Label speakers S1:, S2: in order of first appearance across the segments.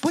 S1: 不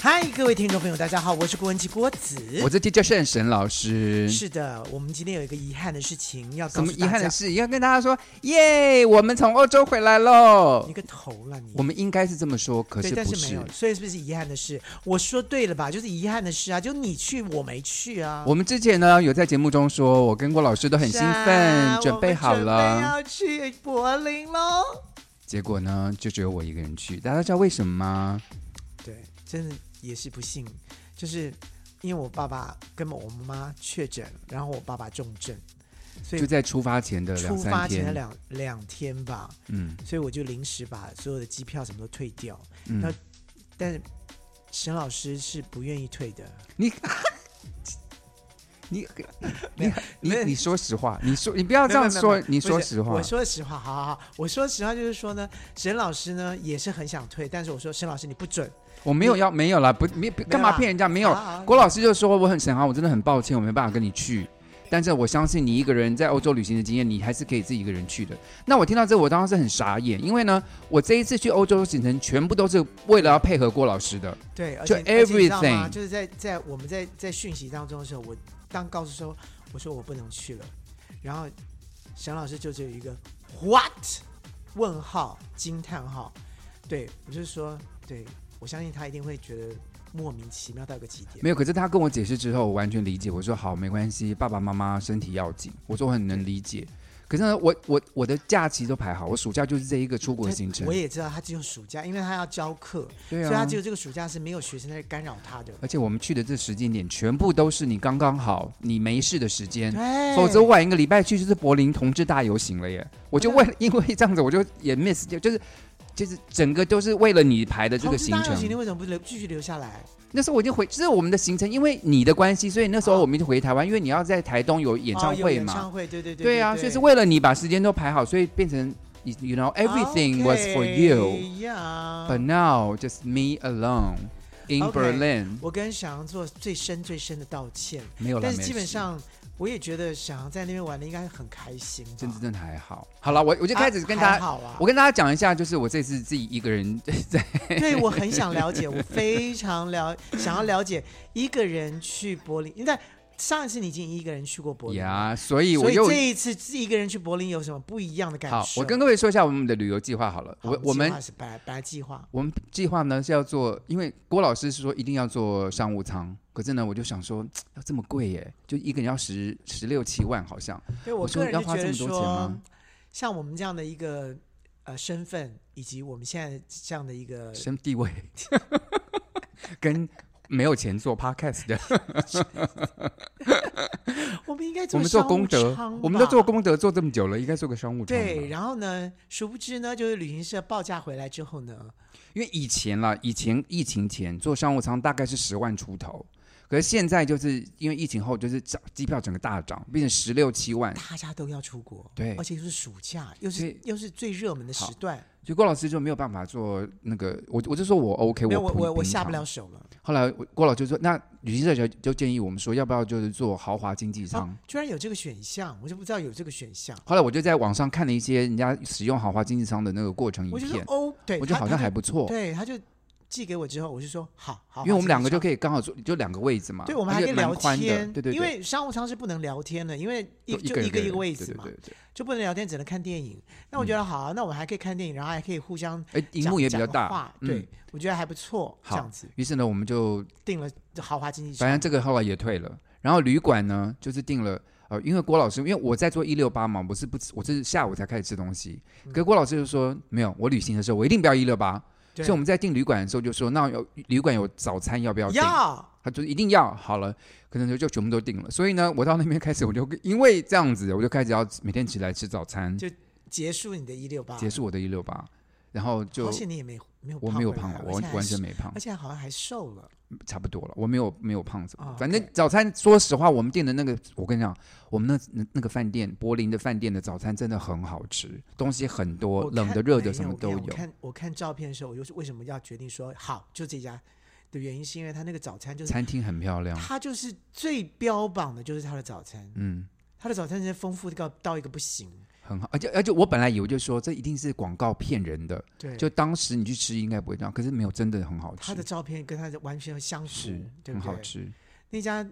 S1: 嗨，各位听众朋友，大家好，我是郭文琪郭子
S2: 我。这天叫圣神老师。
S1: 是的，我们今天有一个遗憾的事情要告
S2: 什
S1: 诉
S2: 么
S1: 大家。
S2: 遗憾的事？要跟大家说，耶！我们从欧洲回来喽
S1: 你。个头了你！
S2: 我们应该是这么说，可
S1: 对，
S2: 是
S1: 但
S2: 不
S1: 是没
S2: 是
S1: 有。，所以是不是遗憾的事？我说对了吧？就是遗憾的事啊，就你去我没去啊。
S2: 我们之前呢有在节目中说，我跟郭老师都很
S1: 是
S2: 兴
S1: 啊
S2: 奋，
S1: 我
S2: 准
S1: 们
S2: 备好
S1: 准备哦
S2: 了。
S1: 要去柏林喽。
S2: 结果呢，就只有我一个人去。大家知道为什么吗？
S1: 对，真的也是不幸，就是因为我爸爸跟我妈确诊，然后我爸爸重症，所
S2: 就
S1: 以
S2: 在出发前的两
S1: 出发
S2: 三
S1: 前的
S2: 天，
S1: 两两天吧，
S2: 嗯
S1: 所以我就临时把所有的机票什么都退掉，
S2: 嗯
S1: 那，但是沈老师是不愿意退的。
S2: 你你你你
S1: 没有
S2: 你说实话，你说你不要这样
S1: 没有没
S2: 说
S1: 有，没有
S2: 你
S1: 不
S2: 说
S1: 是
S2: 实话
S1: 我，说实话，好好好，我说实话就是说呢，沈老师呢也是很想退，但是我说沈老师你不准，
S2: 我没有要没有啦，不没干嘛
S1: 啦啊
S2: 骗人家没有
S1: 好。好
S2: 郭老师就说我很沈航，我真的很抱歉，我没办法跟你去。但是我相信你一个人在欧洲旅行的经验，你还是可以自己一个人去的。那我听到这，我当时很傻眼，因为呢，我这一次去欧洲行程全部都是为了要配合郭老师的。
S1: 对，而
S2: 就
S1: 且而且你知道吗
S2: everything
S1: 就是在在我们在在讯息当中的时候，我当告诉说我说我不能去了，然后沈老师就只有一个 what 问号惊叹号，对我就是说，对我相信他一定会觉得莫名其妙到一个极点。
S2: 没有，可是他跟我解释之后，我完全理解。我说好，没关系，爸爸妈妈身体要紧，我说我很能理解。可是呢，我我我的假期都排好，我暑假就是这一个出国
S1: 他
S2: 行程
S1: 我。也知道他只有暑假，因为他要教课，
S2: 对
S1: 所以他
S2: 啊嗯
S1: 只，有这个暑假是没有学生在干扰他的。
S2: 而且我们去的这时间点全部都是你刚刚好，你没事的时间。
S1: 对，
S2: 否则我晚一个礼拜去就是柏林同志大游行了耶！我
S1: 啊
S2: 就为了因为这样子，我就也 miss 掉，就是就是整个都是为了你排的这
S1: 同
S2: 个
S1: 志
S2: 行
S1: 大游行你
S2: 程。
S1: 为什么不留继续留下来？
S2: 那时候我已经回，这是我们的行程，因为你的关系，所以那时候我们就回台湾，因为你要在台东有演唱
S1: 哦有
S2: 会
S1: 演
S2: 嘛。
S1: 唱会，对对对
S2: 对啊，所以是为了你把时间都排好，所以变成 you you know everything was for you,
S1: Yeah.
S2: but now just me alone in
S1: Okay
S2: Berlin。
S1: 我跟小杨做最深最深的道歉，
S2: 没有啦，
S1: 但是
S2: 没
S1: 基本
S2: 事
S1: 上我也觉得小杨在那边玩的应该很开心吧，
S2: 真的真的还好。好了，我我就开始跟
S1: 啊
S2: 大
S1: 还
S2: 家，
S1: 好啊
S2: 我。跟大家讲一下，就是我这次自己一个人
S1: 对我很想了解，我非常了想要了解一个人去柏林，因为上一次你已经一个人去过柏林了，
S2: 呀，所以我
S1: 所以
S2: 又
S1: 这一次自己一个人去柏林有什么不一样的感
S2: 好，
S1: 受？
S2: 我跟各位说一下我们的旅游计划好了。
S1: 好
S2: 我我们
S1: 计划是白白计划，
S2: 我们计划呢是要做，因为郭老师是说一定要做商务舱，可是呢我就想说嘖要这么贵耶，就一个人要十十六七万好像。
S1: 对我
S2: 我
S1: 个
S2: 说
S1: 人
S2: 要
S1: 就
S2: 花
S1: 觉得
S2: 这么多钱
S1: 说
S2: 吗，
S1: 像我们这样的一个呃身份，以及我们现在这样的一个
S2: 什么地位？ 跟没有钱做 podcast 的，
S1: 我们应 该做
S2: 我们做
S1: 商务
S2: 功德
S1: 舱，
S2: 我们都做
S1: 吧
S2: 功德做这么久了，应该做个商务舱吧。
S1: 对，然后呢，殊不知呢，就是旅行社报价回来之后呢，
S2: 因为以前啦，以前疫情前做商务舱大概是十万出头，可是现在就是因为疫情后，就是涨机票整个大涨，变成十六七万。
S1: 大哦家都要出国，
S2: 对
S1: 而且又是暑假，又
S2: 所
S1: 是
S2: 以
S1: 又是最热门的时
S2: 好
S1: 段，
S2: 所以郭老师就没有办法做那个，我我就说我 OK，
S1: 没有我
S2: 平
S1: 我我下不。
S2: 平
S1: 了
S2: 常
S1: 手了，
S2: 后来我郭老师就说，那旅行社就就建议我们说，要不要就是做豪华经济舱？
S1: 哦，居然有这个选项，我就不知道有这个选项，
S2: 后来我就在网上看了一些人家使用豪华经济舱的那个过程影
S1: 我就说
S2: 片，
S1: 哦，对，
S2: 我觉得
S1: 他
S2: 好
S1: 他
S2: 像还不错，
S1: 对，他就寄给我之后，我就说好好，
S2: 因为我
S1: 好
S2: 们两个
S1: 这
S2: 就可以刚好坐就两个位置嘛，
S1: 对，我们还
S2: 啊
S1: 可
S2: 而且
S1: 以聊
S2: 蛮宽的
S1: 天，
S2: 对对对，
S1: 因为商务舱是不能聊天的，因为一就
S2: 就人
S1: 一个一个
S2: 人
S1: 位
S2: 对
S1: 置
S2: 对
S1: 嘛
S2: 对，对
S1: 就不能聊天，只能看电影。那我觉得好啊，那我们还可以看电影，然后还可以互相
S2: 哎，荧
S1: 讲
S2: 幕也比较
S1: 讲
S2: 大
S1: 话，
S2: 嗯
S1: 对，我觉得还不错。这
S2: 好
S1: 样子
S2: 于是呢，我们就
S1: 定了豪华经济
S2: 反
S1: 舱
S2: 正，这个后来也退了。然后旅馆呢，就是订了呃，因为郭老师，因为我在做一六八嘛，我是不吃，我是下午才开始吃东西。
S1: 嗯
S2: 可是郭老师就说没有，我旅行的时候我一定不要一六八。
S1: 对
S2: 所以我们在订旅馆的时候就说，那有旅馆有早餐要不要订？
S1: 要
S2: 他就一定要好了，可能就就全部都订了。所以呢，我到那边开始我就因为这样子，我就开始要每天起来吃早餐，
S1: 就结束你的一六八，
S2: 结束我的一六八。然后就
S1: 而且你也没没有，
S2: 我没有胖了
S1: 了，，
S2: 我
S1: 而且还
S2: 完完全没胖
S1: 而，且好像还瘦了。
S2: 差不多了，我没有没有胖子
S1: 哦。
S2: 反正
S1: OK
S2: 早餐，说实话，我们店的那个，我跟你讲，我们那那那个饭店，柏林的饭店的早餐真的很好吃，东西很多，
S1: 我
S2: 冷
S1: 看
S2: 的、热
S1: 没
S2: 的，什么
S1: 我
S2: 都
S1: 跟你
S2: 有
S1: 讲我。看我看照片的时候，我就是为什么要决定说好就这家的原因，是因为他那个早餐就是
S2: 餐厅很漂亮，
S1: 他就是最标榜的就是他的早餐，
S2: 嗯，
S1: 他的早餐真的丰富到到一个不行。
S2: 很好。而且而且，我本来以为就说这一定是广告骗人的，
S1: 对，
S2: 就当时你去吃应该不会这样，可是没有，真的很好
S1: 他
S2: 吃
S1: 的，照片跟他的完全相符
S2: 是，
S1: 对
S2: 很
S1: 不
S2: 好
S1: 对？
S2: 吃。
S1: 那家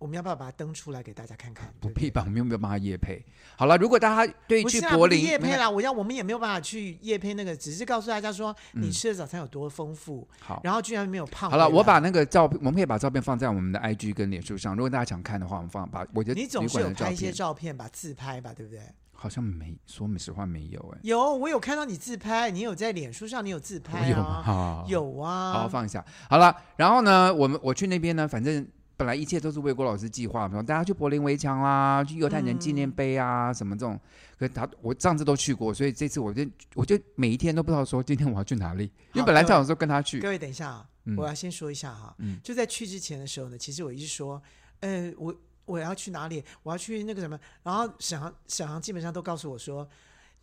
S1: 我们要不要把它登出来给大家看看？
S2: 不
S1: 对对
S2: 必吧，我们又没有帮他夜配。好了，如果大家对
S1: 不
S2: 去
S1: 是啊，
S2: 柏
S1: 不是
S2: 林
S1: 夜
S2: 没
S1: 配
S2: 有
S1: 啦，我要我们也没有办法去夜配那个，只是告诉大家说你吃的早餐有多丰富，
S2: 嗯好，
S1: 然后居然没有胖回
S2: 好
S1: 来。
S2: 了，我把那个照片，我们可以把照片放在我们的 IG 跟脸书上。如果大家想看的话，我们放把我觉得
S1: 你总
S2: 旅
S1: 是
S2: 馆
S1: 有
S2: 的照
S1: 拍一些
S2: 片
S1: 照片吧，自拍吧，对不对？
S2: 好像没说实话没有哎、
S1: 有，我有看到你自拍，你有在脸书上，你有自
S2: 我
S1: 拍
S2: 有吗？
S1: 啊，
S2: 好，
S1: 有
S2: 好
S1: 啊，
S2: 放一下。好了，然后呢，我们我去那边呢，反正。本来一切都是为郭老师计划，比如大家去柏林围墙啦，去犹太人纪念碑啊，
S1: 嗯
S2: 什么这种。可是他我上次都去过，所以这次我就我就每一天都不知道说今天我要去哪里，因为
S1: 好
S2: 本来
S1: 各位
S2: 想说跟他去，
S1: 各位等一下啊，
S2: 嗯
S1: 我要先说一下哈、
S2: 嗯
S1: 就在去之前的时候呢，其实我一直说，呃，我我要去哪里，我要去那个什么，然后沈航沈航基本上都告诉我说。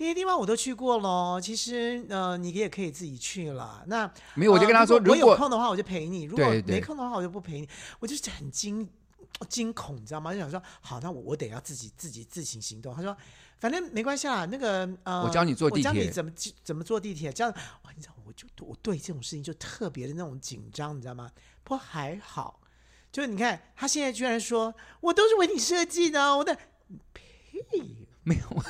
S1: 那些地方我都去过咯，其实呃，你也可以自己去了。那
S2: 没有我就
S1: 呃
S2: 跟他说，
S1: 如
S2: 如
S1: 果我有
S2: 果
S1: 空的话，我就陪你；如果
S2: 对对
S1: 没空的话，我就不陪你。我就是很惊惊恐，你知道吗？就想说，好，那我我得要自己自己自行行动。他说，反正没关系啦，那个呃，
S2: 我教你坐地
S1: 我教你
S2: 铁，
S1: 怎么去怎么坐地铁，这样哇，你知道我就我对这种事情就特别的那种紧张，你知道吗？不过还好，就是你看他现在居然说我都是为你设计的，哦我的
S2: 没有，我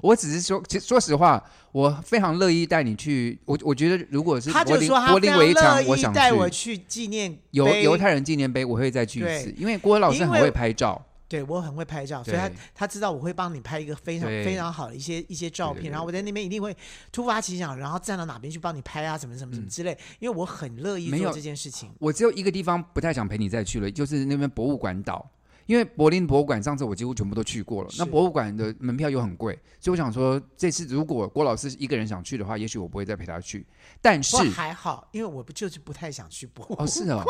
S2: 我只是说，其实说实话，我非常乐意带你去。我我觉得，如果是
S1: 他
S2: 柏
S1: 就
S2: 林
S1: 说他
S2: 柏
S1: 非
S2: 林
S1: 常
S2: 围
S1: 乐
S2: 墙，我想
S1: 意带我
S2: 去
S1: 去纪念
S2: 犹
S1: 碑
S2: 犹太人纪念碑，我会再去一
S1: 对
S2: 次，因为郭老师
S1: 因
S2: 很
S1: 为
S2: 会拍照。
S1: 对我很会拍照，所
S2: 对
S1: 以他他知道我会帮你拍一个非常
S2: 对
S1: 非常好的一些一些照
S2: 对对
S1: 片，
S2: 对
S1: 然后我在那边一定会突发奇想，然后站到哪边去帮你拍啊，什么什么什么之类，因为我很乐意
S2: 嗯没
S1: 做
S2: 有
S1: 这件事情。
S2: 我只有一个地方不太想陪你再去了，就是那边博物馆岛。因为柏林博物馆上次我几乎全部都去过了，
S1: 是
S2: 那博物馆的门票又很贵，所以我想说，这次如果郭老师一个人想去的话，也许我不会再陪他去。但
S1: 不
S2: 是
S1: 过还好，因为我不就是不太想去博物
S2: 哦，是哦。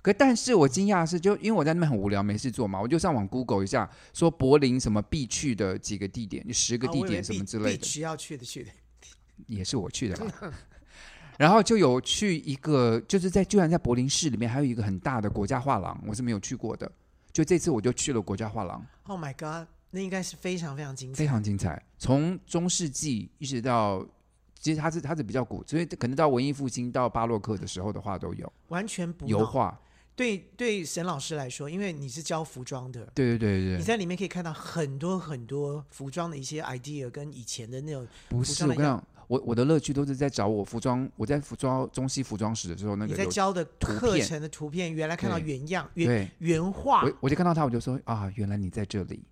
S2: 可但是我惊讶的是，就因为我在那边很无聊，没事做嘛，我就上网 Google 一下，说柏林什么必去的几个地点，就十个
S1: 啊
S2: 地
S1: 我以为
S2: 点什么
S1: 必
S2: 之类
S1: 必
S2: 的，
S1: 须要去的去的。
S2: 也是我去的啦。 然后就有去一个，就是在居然在柏林市里面还有一个很大的国家画廊，我是没有去过的。就这次我就去了国家画廊，
S1: Oh my god，那应该是非常非常精彩
S2: 非。常精彩，从中世纪一直到，其实它是它是比较古，所以可能到文艺复兴到巴洛克的时候的画都有
S1: 完全不
S2: 油画，
S1: 对对，沈老师来说，因为你是教服装的，
S2: 对对对对
S1: 你
S2: 对。
S1: 在里面可以看到很多很多服装的一些 idea，跟以前的那种，
S2: 不
S1: 服
S2: 是，
S1: 装
S2: 我
S1: 的
S2: 跟你讲，我我的乐趣都是在找我服装，我在服装中西服装室的时候，那
S1: 你
S2: 个
S1: 在
S2: 有
S1: 教的
S2: 片
S1: 课程的图片，原来看到
S2: 对
S1: 原样原
S2: 对，
S1: 原画，
S2: 我我就看到他，我就说啊，原来你在这里，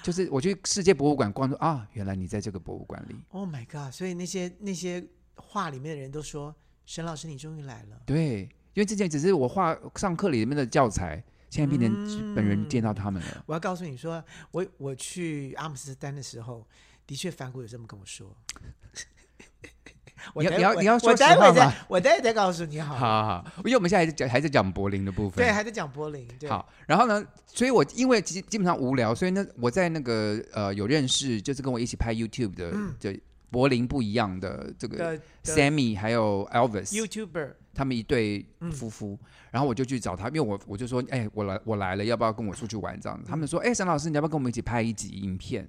S2: 就是我去世界博物馆逛，说啊，原来你在这个博物馆里，
S1: Oh my god！所以那些那些画里面的人都说，沈老师你终于来了。
S2: 对，因为之前只是我画上课里面的教材，现在变成是本人
S1: 嗯
S2: 见到他们了，
S1: 我要告诉你说，我我去阿姆斯特丹的时候，的确反骨有这么跟我说。我
S2: 你要
S1: 待
S2: 你要
S1: 我
S2: 你要说
S1: 我待
S2: 实话
S1: 会再
S2: 吗
S1: 我待会再告诉你好
S2: 好
S1: 了。
S2: 好好，因为我们现在还在讲还在讲柏林的部分，
S1: 对，还在讲柏林。对，
S2: 好，然后呢，所以我因为基基本上无聊，所以呢，我在那个呃有认识，就是跟我一起拍 YouTube 的，
S1: 嗯
S2: 这柏林不一样的这个
S1: 的
S2: Sammy 还有 Elvis
S1: YouTuber
S2: 他们一对
S1: 嗯
S2: 夫妇，然后我就去找他，因为我我就说，哎，我来我来了，要不要跟我出去玩这样
S1: 嗯
S2: 子？他们说，哎，沈老师，你要不要跟我们一起拍一集影片？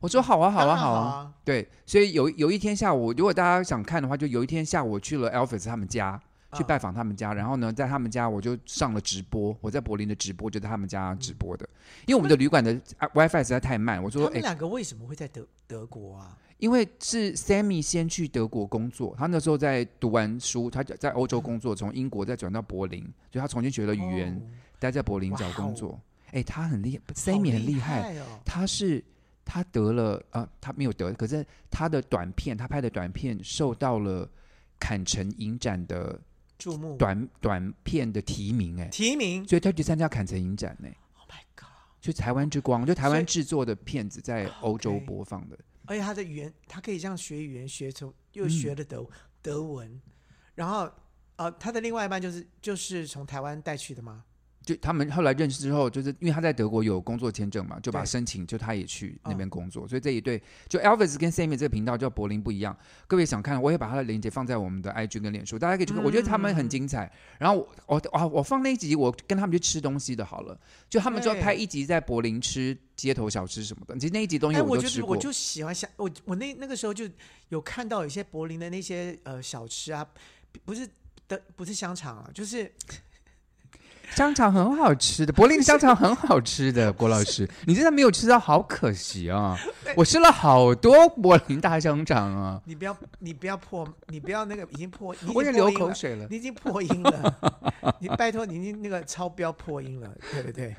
S2: 我说好啊，好
S1: 当
S2: 啊，
S1: 然
S2: 好
S1: 好
S2: 啊。，对，所以有有一天下午，如果大家想看的话，就有一天下午我去了 Elvis 他们家。去
S1: 嗯
S2: 拜访他们家，然后呢，在他们家我就上了直播，我在柏林的直播就在他们家直播的，因为我们的旅馆的啊 WiFi 实在太慢，我说
S1: 他们
S2: 哎，
S1: 两个为什么会在德德国啊？
S2: 因为是 Sammy 先去德国工作，他那时候在读完书，他在欧洲工作，从英国再转到柏林，所以他重新学了语言，待在柏林找工作。哎，他很厉害
S1: 哦哦好
S2: ，Sammy 很厉害，
S1: 害哦。
S2: 他是他得了啊、他没有得，可是他的短片，他拍的短片受到了坎城影展的
S1: 注目
S2: 短短片的提名，哎，
S1: 提名。
S2: 所以他去参加坎城影展呢，
S1: 哦
S2: 哎
S1: Oh my god！
S2: 就台湾之光，就台
S1: 所以
S2: 湾制作的片子在欧洲
S1: ，OK
S2: 播放的，
S1: 而且他的语言，他可以这样学语言，学从又学
S2: 嗯
S1: 了德、德文，然后呃，他的另外一半就是就是从台湾带去的吗？
S2: 就他们后来认识之后，就是因为他在德国有工作签证嘛，就把
S1: 对
S2: 申请，就他也去
S1: 嗯
S2: 那边工作，所以这一对就 Elvis 跟 Sammy 这个频道叫柏林不一样。各位想看，我也把他的链接放在我们的 IG 跟脸书，大家可以去看。我觉得他们
S1: 嗯
S2: 很精彩。然后我我啊，我放那一集我跟他们去吃东西的好了，就他们就要
S1: 对
S2: 拍一集在柏林吃街头小吃什么的。其实那一集东西
S1: 哎，我
S2: 都
S1: 觉
S2: 吃
S1: 得
S2: 过
S1: 我，就喜欢想我我那那个时候就有看到有些柏林的那些呃小吃啊，不是的不是香肠啊，就是
S2: 香肠很好吃的，柏林的香肠很好吃的。郭老师，你真的没有吃到，好可 惜啊！我吃了好多柏林大香肠啊，
S1: 你不要你不要破你不要那个已经破，你已
S2: 我也
S1: 经
S2: 流
S1: 破音
S2: 口
S1: 了
S2: 水了。
S1: 你已经破音了， 你拜托你已经那个超标破音了，对对对，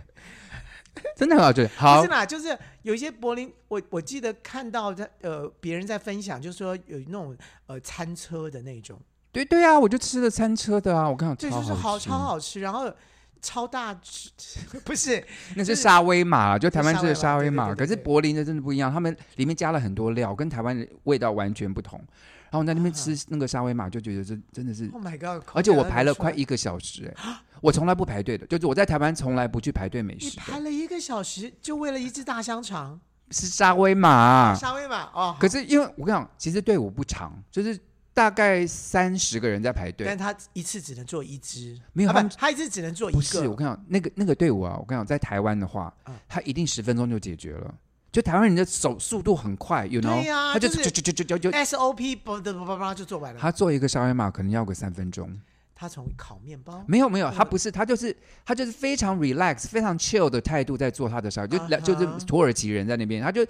S2: 真的很好吃。
S1: 不
S2: 好
S1: 是，啦，就是有一些柏林，我我记得看到在呃别人在分享，就是说有那种呃餐车的那种，
S2: 对对啊，我就吃了餐车的啊，我看到
S1: 对，
S2: 超
S1: 就是
S2: 好
S1: 好
S2: 吃
S1: 超好吃，然后超大只， 不是
S2: 那
S1: 就是是
S2: 沙威玛，就台湾吃的沙威玛，
S1: 对对对对
S2: 可是
S1: 对
S2: 柏林的真的不一样，他们里面加了很多料，跟台湾的味道完全不同。然后我在那边吃那个沙威玛，就觉得这真的是，
S1: ，Oh my God！
S2: 嗯而且我
S1: 啊口
S2: 排
S1: 感
S2: 了
S1: 都出来
S2: 快一个小时，哎，我从来不排队的，就是我在台湾从来不去排队美
S1: 你
S2: 食
S1: 排
S2: 的，
S1: 了一个小时，就为了一只大香肠、
S2: 是沙威玛。
S1: 沙威玛哦。
S2: 可是因为我跟你讲，其实队伍不长，就是大概三十个人在排队
S1: 但，他一次只能做一只，
S2: 没有
S1: 啊
S2: 他
S1: 不
S2: 们，
S1: 他一次只能做一
S2: 不是，
S1: 个。
S2: 我跟你讲，那个那个队伍啊，我跟你讲，在台湾的话
S1: 嗯，
S2: 他一定十分钟就解决了。就台湾人的手速度很快，you know，
S1: 对呀
S2: 他就
S1: 就是
S2: 就就就就就，
S1: SOP 不不不不不就做完了。
S2: 他做一个沙威玛可能要个三分钟。
S1: 他从烤面包，
S2: 没有没有，
S1: 嗯
S2: 他不是，他就是他就是非常 relax、非常 chill 的态度在做他的沙，就
S1: 啊哈
S2: 聊就是土耳其人在那边，他就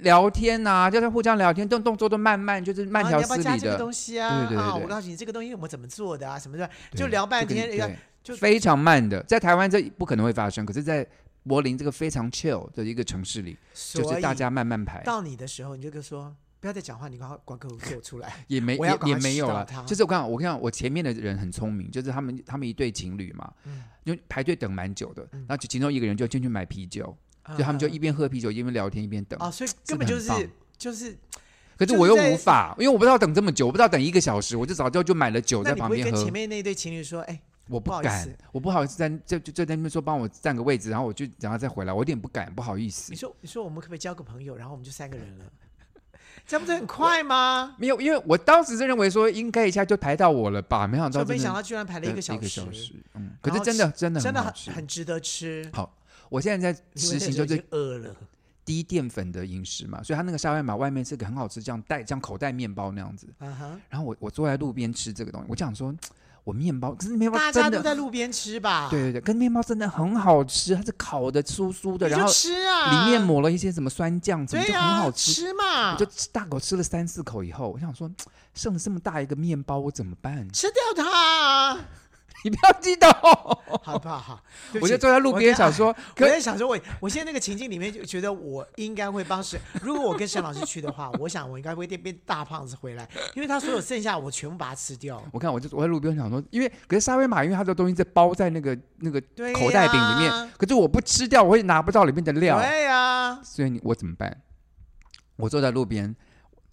S2: 聊天呐、就是互相聊天，动动作都慢慢，就是慢条斯
S1: 啊、你要不要加
S2: 理
S1: 这个
S2: 的，
S1: 东西啊？
S2: 对对对
S1: 啊，
S2: 对
S1: 我告诉你，这个东西我们怎么做的啊？什么的，
S2: 对
S1: 就聊半天
S2: 就跟你
S1: 就
S2: 对，非常慢的，在台湾这不可能会发生，可是，在柏林这个非常 chill 的一个城市里，
S1: 所以
S2: 就是大家慢慢排。
S1: 到你的时候，你就跟说不要再讲话，你赶快赶快给我出来。
S2: 也没
S1: 我要
S2: 也
S1: 赶
S2: 也
S1: 快
S2: 没有
S1: 吃到
S2: 了
S1: 它，
S2: 就是我刚我跟你讲，我前面的人很聪明，就是他们他们一对情侣嘛，
S1: 嗯
S2: 就排队等蛮久的，然后就其中一个人就进去买啤酒，
S1: 啊
S2: 就他们就一边喝啤酒一边聊天一边等。
S1: 啊，所以根本就是
S2: 真的很棒
S1: 就是，
S2: 可是
S1: 就是
S2: 我又
S1: 在
S2: 无法，因为我不知道等这么久，我不知道等一个小时，我就早就就买了酒
S1: 那
S2: 在
S1: 你不
S2: 旁
S1: 会
S2: 边
S1: 跟
S2: 喝
S1: 前，面那一对情侣说，哎，
S2: 我
S1: 不好意
S2: 敢
S1: 思，
S2: 我不好意思在就就就在那边说帮我占个位置，然后我就然后再回来，我有点不敢，不好意思
S1: 你。说你说我们可不可以交个朋友？然后我们就三个人了， 这样不是很快吗？
S2: 没有，因为我当时是认为说应该一下就排到我了吧，没想到
S1: 就
S2: 真的
S1: 没想到居然排了
S2: 等
S1: 一个
S2: 小
S1: 小时，
S2: 时，嗯，
S1: 然
S2: 可是
S1: 后
S2: 真的真的
S1: 真的
S2: 很好吃
S1: 很很值得吃。
S2: 好，我现在在实行
S1: 就
S2: 就是
S1: 饿了，
S2: 低淀粉的饮食嘛，所以它那个沙威玛外面是个很好吃，这样带像口袋面包那样子。
S1: 啊哈，
S2: 然后我我坐在路边吃这个东西，我就想说，我面包可是面包
S1: 大家
S2: 真
S1: 都
S2: 的，
S1: 在路边吃吧？
S2: 对，对对，跟面包真的很好吃，它是烤的酥酥的，
S1: 你
S2: 然后
S1: 就吃啊，
S2: 里面抹了一些什么酸酱，什么
S1: 对
S2: 就
S1: 呀、
S2: 很好吃。
S1: 吃嘛，？
S2: 我就吃大口吃了三四口以后，我想说，剩了这么大一个面包，我怎么办
S1: 吃掉它 啊，
S2: 你不要激动，
S1: 好不 好？对不
S2: 我
S1: 起
S2: 就坐在路边想，说，
S1: 我在我
S2: 可
S1: 在想说我，我现在那个情境里面就觉得我应该会帮沈，如果我跟沈老师去的话， 我想我应该会变变大胖子回来，因为他所有剩下我全部把它吃掉。
S2: 我看我就我在路边想说，因为可是沙威玛，因为它的东西在包在那个那个
S1: 对呀、
S2: 口袋饼里面，可是我不吃掉，我也拿不到里面的料，
S1: 对啊呀、
S2: 所以你我怎么办？我坐在路边，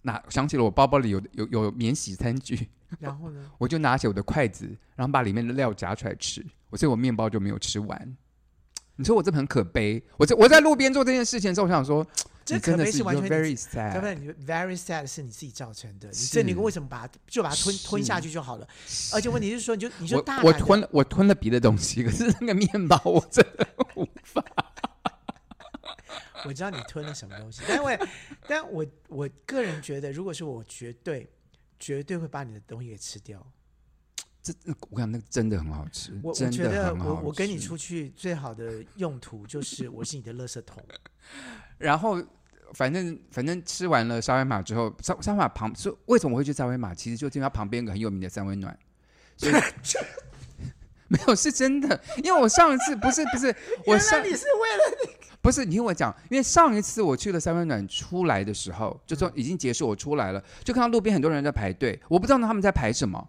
S2: 拿想起了我包包里有有有免洗餐具，
S1: 然后呢？
S2: 我就拿起我的筷子，然后把里面的料夹出来吃，我所以我面包就没有吃完。你说我这很可悲，我在我在路边做这件事情的时候，我想说，
S1: 这
S2: 你
S1: 可
S2: 真的
S1: 悲
S2: 是
S1: 是完全
S2: you're
S1: 你
S2: very
S1: 可
S2: sad，
S1: 悲，你 very sad 是你自己造成的。你
S2: 是
S1: 这你为什么把它就把它吞
S2: 是
S1: 吞下去就好了？而且问题是说，你就你就
S2: 我
S1: 大胆
S2: 我
S1: 地
S2: 吞了我吞了别的东西，可是那个面包我真的
S1: 我知道你吞了什么东西，但我也但我我个人觉得，如果是我，绝对绝对会把你的东西给吃掉。
S2: 这我想那个真的很好吃，
S1: 我我
S2: 真
S1: 觉
S2: 的
S1: 得
S2: 很好
S1: 我
S2: 吃。
S1: 我跟你出去最好的用途就是我是你的垃圾桶。
S2: 然后反正反正吃完了沙威玛之后，沙沙威玛旁是为什么会去沙威玛？其实就是因为它旁边有个很有名的三温暖，所以没有是真的。因为我上一次不是不是我上
S1: 你是为了
S2: 不是你听我讲，因为上一次我去了三温暖出来的时候，就说已经结束我出来了，就看到路边很多人在排队，我不知道他们在排什么。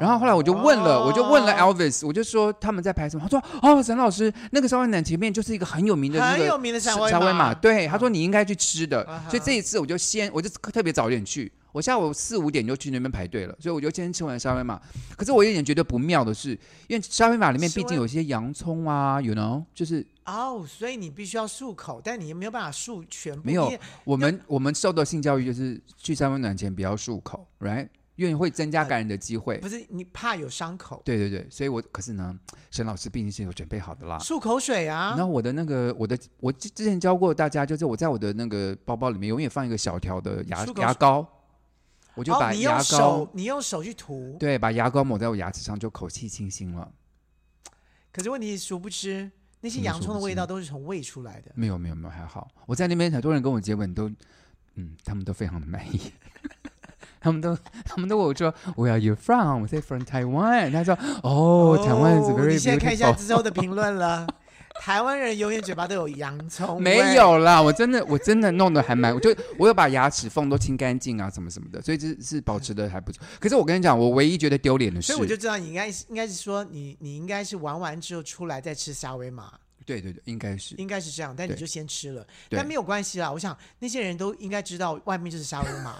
S2: 然后后来我就问了，
S1: 哦
S2: 我就问了 Elvis，我就说他们在拍什么？他说哦，沈老师，那个烧味男前面就是一个很有名的那
S1: 很有
S2: 个
S1: 名的
S2: 沙
S1: 三威
S2: 沙威
S1: 玛嗯
S2: 玛，，对，他说你应该去吃的
S1: 啊哈，
S2: 所以这一次我就先，我就特别早点去，我下午四五点就去那边排队了，所以我就先吃完沙威玛。可是我有点觉得不妙的是，因为沙威玛里面
S1: 是
S2: 毕
S1: 会
S2: 竟有一些洋葱啊，you know，就是
S1: 哦，所以你必须要漱口，但你没有办法漱全部，
S2: 没有
S1: 因为
S2: 我们我们受到性教育就是去三温暖前不要漱口，right？因为会增加感染的机会。
S1: 不是你怕有伤口，
S2: 对对对，所以我可是呢，沈老师毕竟是有准备好的啦。
S1: 漱口水啊
S2: 然，后我的那个我的我之之前教过大家，就是我在我的那个包包里面永远放一个小条的牙
S1: 漱口水
S2: 牙膏，我就
S1: 哦、
S2: 把
S1: 你
S2: 牙
S1: 用
S2: 膏、
S1: 手，你用手去涂，
S2: 对把牙膏抹在我牙齿上，就口气清新了。
S1: 可是问题是殊不知那些
S2: 什么
S1: 洋
S2: 嗯殊
S1: 葱的
S2: 不
S1: 味
S2: 知
S1: 道都是从胃出来的。
S2: 没有没有没有，还好。我在那边很多人跟我接吻都，嗯，他们都非常的满意。 他们都，他们都问我说，Where are you from？我 say from Taiwan。他说，哦，台湾 is
S1: 你
S2: very
S1: 现在看一下
S2: beautiful。
S1: 之后的评论 了。台湾人永远嘴巴都有洋葱味，
S2: 没有啦，我真的，我真的弄得还蛮，我就我有把牙齿缝都清干净啊，什么什么的，所以这是保持的还不错。可是我跟你讲，我唯一觉得丢脸的是
S1: 所以，我就知道你应该是应该是说你你应该是玩完之后出来再吃沙威玛，
S2: 对对对，应该是
S1: 应该是这样，但你
S2: 对
S1: 就先吃了，
S2: 对
S1: 但没有关系啦。我想那些人都应该知道外面就是沙威玛，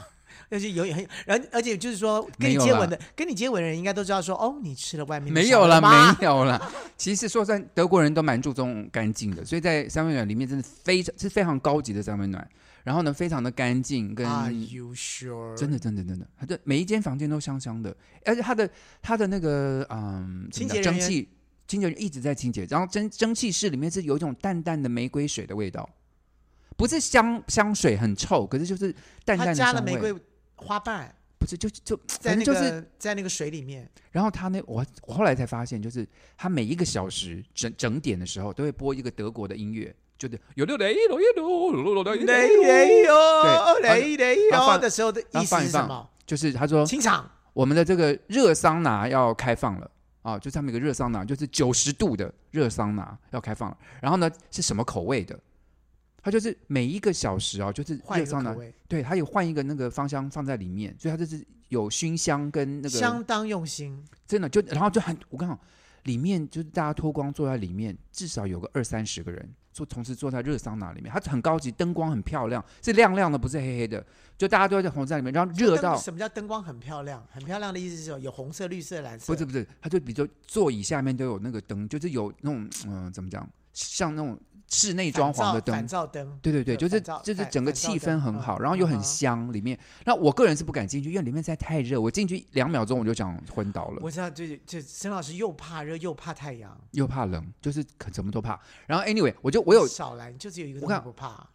S1: 而且有很，而而且就是说跟
S2: 没
S1: 你
S2: 有
S1: 接
S2: 啦
S1: 吻的跟你接吻的人应该都知道说哦，你吃了外面的
S2: 没
S1: 沙
S2: 有
S1: 威
S2: 啦，
S1: 玛
S2: 没有啦。其实说在德国人都蛮注重干净的，所以在三温暖里面真的非常是非常高级的三温暖，然后呢非常的干净，跟
S1: Are you sure？
S2: 真的真的真的，它的每一间房间都香香的，而且它的它的那个嗯，怎
S1: 清
S2: 么
S1: 洁
S2: 讲
S1: 人
S2: 蒸
S1: 员
S2: 汽清洁人一直在清洁，然后蒸蒸汽室里面是有一种淡淡的玫瑰水的味道，不是香香水很臭，可是就是淡淡
S1: 他
S2: 的
S1: 加了
S2: 香
S1: 玫瑰
S2: 味，
S1: 花瓣
S2: 不是就就
S1: 在
S2: 反
S1: 那
S2: 正
S1: 个、
S2: 就是
S1: 在那个水里面，
S2: 然后他那我我后来才发现，就是他每一个小时整整点的时候，都会播一个德国的音乐，就是有六雷有六有六雷
S1: 雷雷哟，哦
S2: 然后
S1: 雷雷
S2: 然后
S1: 哟
S2: 放
S1: 的时候的
S2: 然
S1: 意
S2: 后
S1: 思
S2: 放一
S1: 是什
S2: 放哦
S1: 么？
S2: 就是他说
S1: 清场。
S2: 我们的这个热桑拿要开放了啊，就是他们有个热桑拿，就是九十度的热桑拿要开放了。然后呢是什么口味的？它就是每一个小时啊，就是
S1: 换
S2: 热
S1: 一个
S2: 桑
S1: 口
S2: 拿，
S1: 味，
S2: 对，它有换一个那个芳香放在里面，所以它就是有熏香跟那个
S1: 相当用心。
S2: 真的就，然后就很，我刚好里面就是大家脱光坐在里面，至少有个二三十个人坐，同时坐在热桑拿里面，它很高级，灯光很漂亮，是亮亮的，不是黑黑的，就大家都在红在里面，然后热
S1: 灯
S2: 到
S1: 什么叫灯光很漂亮？很漂亮的意思是什么有红色、绿色、蓝色。
S2: 不是不是，它就比如说座椅下面都有那个灯，就是有那种嗯、怎么讲，像那种室内装潢的
S1: 反
S2: 灯。
S1: 照灯。
S2: 对对
S1: 对
S2: 对，就是
S1: 反照
S2: 就是
S1: 反
S2: 整个
S1: 反照
S2: 气氛
S1: 灯
S2: 很
S1: 嗯
S2: 好，然后又
S1: 嗯
S2: 很
S1: 哼
S2: 香里面。那我个人是不敢进去，因为里面实在太热，我进去两秒钟我就想昏倒了。
S1: 我知道，这这沈老师又怕热又怕太阳，
S2: 又怕冷，就是可什么都怕。然后 anyway，我就我有
S1: 少来，你就只有一个
S2: 我
S1: 东西
S2: 看
S1: 不怕。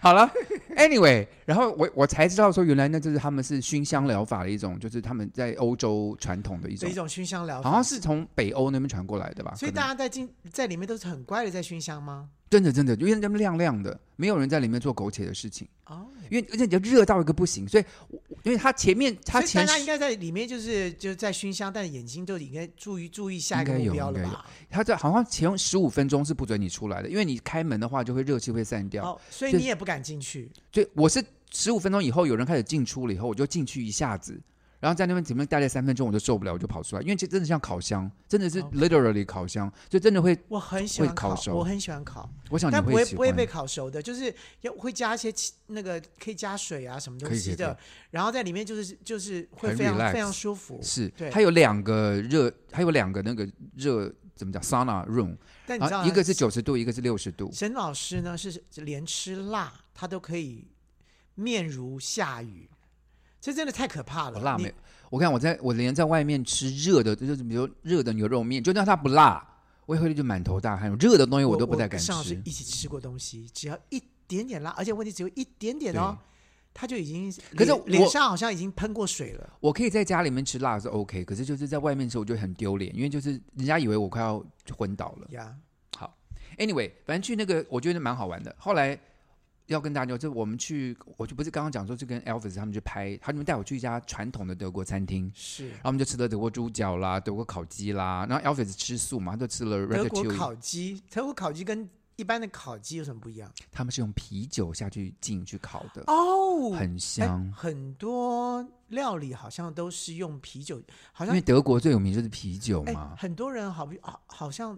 S2: 好 了 anyway，然后我我才知道说，原来那就是他们是熏香疗法的一种，就是他们在欧洲传统的一
S1: 这
S2: 种
S1: 一，种熏香疗法，
S2: 好像是从北欧那边传过来的吧？
S1: 所以
S2: 可能
S1: 大家在进在里面都是很乖的在熏香吗？
S2: 真的真的，因为他们亮亮的，没有人在里面做苟且的事情，
S1: 哦，
S2: 因为而且你就热到一个不行，所以我因为他前面他
S1: 所以大
S2: 前
S1: 家应该在里面就是就是在熏香，但眼睛都应该注意注意下一个
S2: 应该
S1: 目
S2: 有
S1: 标了
S2: 应该
S1: 吧？
S2: 他在好像前十五分钟是不准你出来的，因为你开门的话就会热气会散掉，
S1: 哦，所以
S2: 就
S1: 你也不敢进去，
S2: 所以我是十五分钟以后有人开始进出了以后，我就进去一下子，然后在那边前面待了三分钟，我就受不了，我就跑出来，因为这真的像烤箱，真的是
S1: OK
S2: literally 烤箱，就真的会，
S1: 我很喜欢
S2: 会烤
S1: 烤，
S2: 熟
S1: 我很喜欢烤。
S2: 我想你
S1: 但不会
S2: 喜
S1: 不会
S2: 欢
S1: 被。烤熟的，就是要会加一些气那个可以加水啊什么东
S2: 可以
S1: 西
S2: 可以
S1: 的
S2: 可，
S1: 然后在里面就是就是会
S2: 很
S1: 非常
S2: relax
S1: 非常舒服。
S2: 是
S1: 对，
S2: 它有两个热，它有两个那个热怎么讲，sauna room，
S1: 但你知道
S2: 啊，
S1: 吗
S2: 一个是九十度，一个是六十度，
S1: 沈老师呢是连吃辣他都可以面如下雨，这真的太可怕了。
S2: 我辣
S1: 你
S2: 没？我看我在我连在外面吃热的，就是比如热的牛肉面，就算它不辣，我也会就满头大汗，热的东西
S1: 我
S2: 我都不太
S1: 我
S2: 敢
S1: 跟沈老
S2: 吃
S1: 师。一起吃过东西，只要一点点辣，而且问题只有一点点哦，他就已经
S2: 可是
S1: 脸脸
S2: 我
S1: 上好像已经喷过水了。
S2: 我可以在家里面吃辣是 OK，可是就是在外面的时候我就很丢脸，因为就是人家以为我快要昏倒了。
S1: 呀、
S2: Anyway，反正去那个我觉得蛮好玩的。后来要跟大家讲，就我们去，我就不是刚刚讲说，就跟 Elvis 他们去拍，他们带我去一家传统的德国餐厅，
S1: 是
S2: 然后我们就吃了德国猪脚啦、德国烤鸡啦，然后 Elvis 吃素嘛，他就吃了
S1: 德
S2: ratatouille。
S1: 国烤鸡，德国烤鸡跟一般的烤鸡有什么不一样？
S2: 他们是用啤酒下去浸去烤的，
S1: 哦
S2: 很香。
S1: 很多料理好像都是用啤酒，好
S2: 因
S1: 像
S2: 为德国最有名就是啤酒
S1: 哎、
S2: 嘛，
S1: 很多人好比好好像，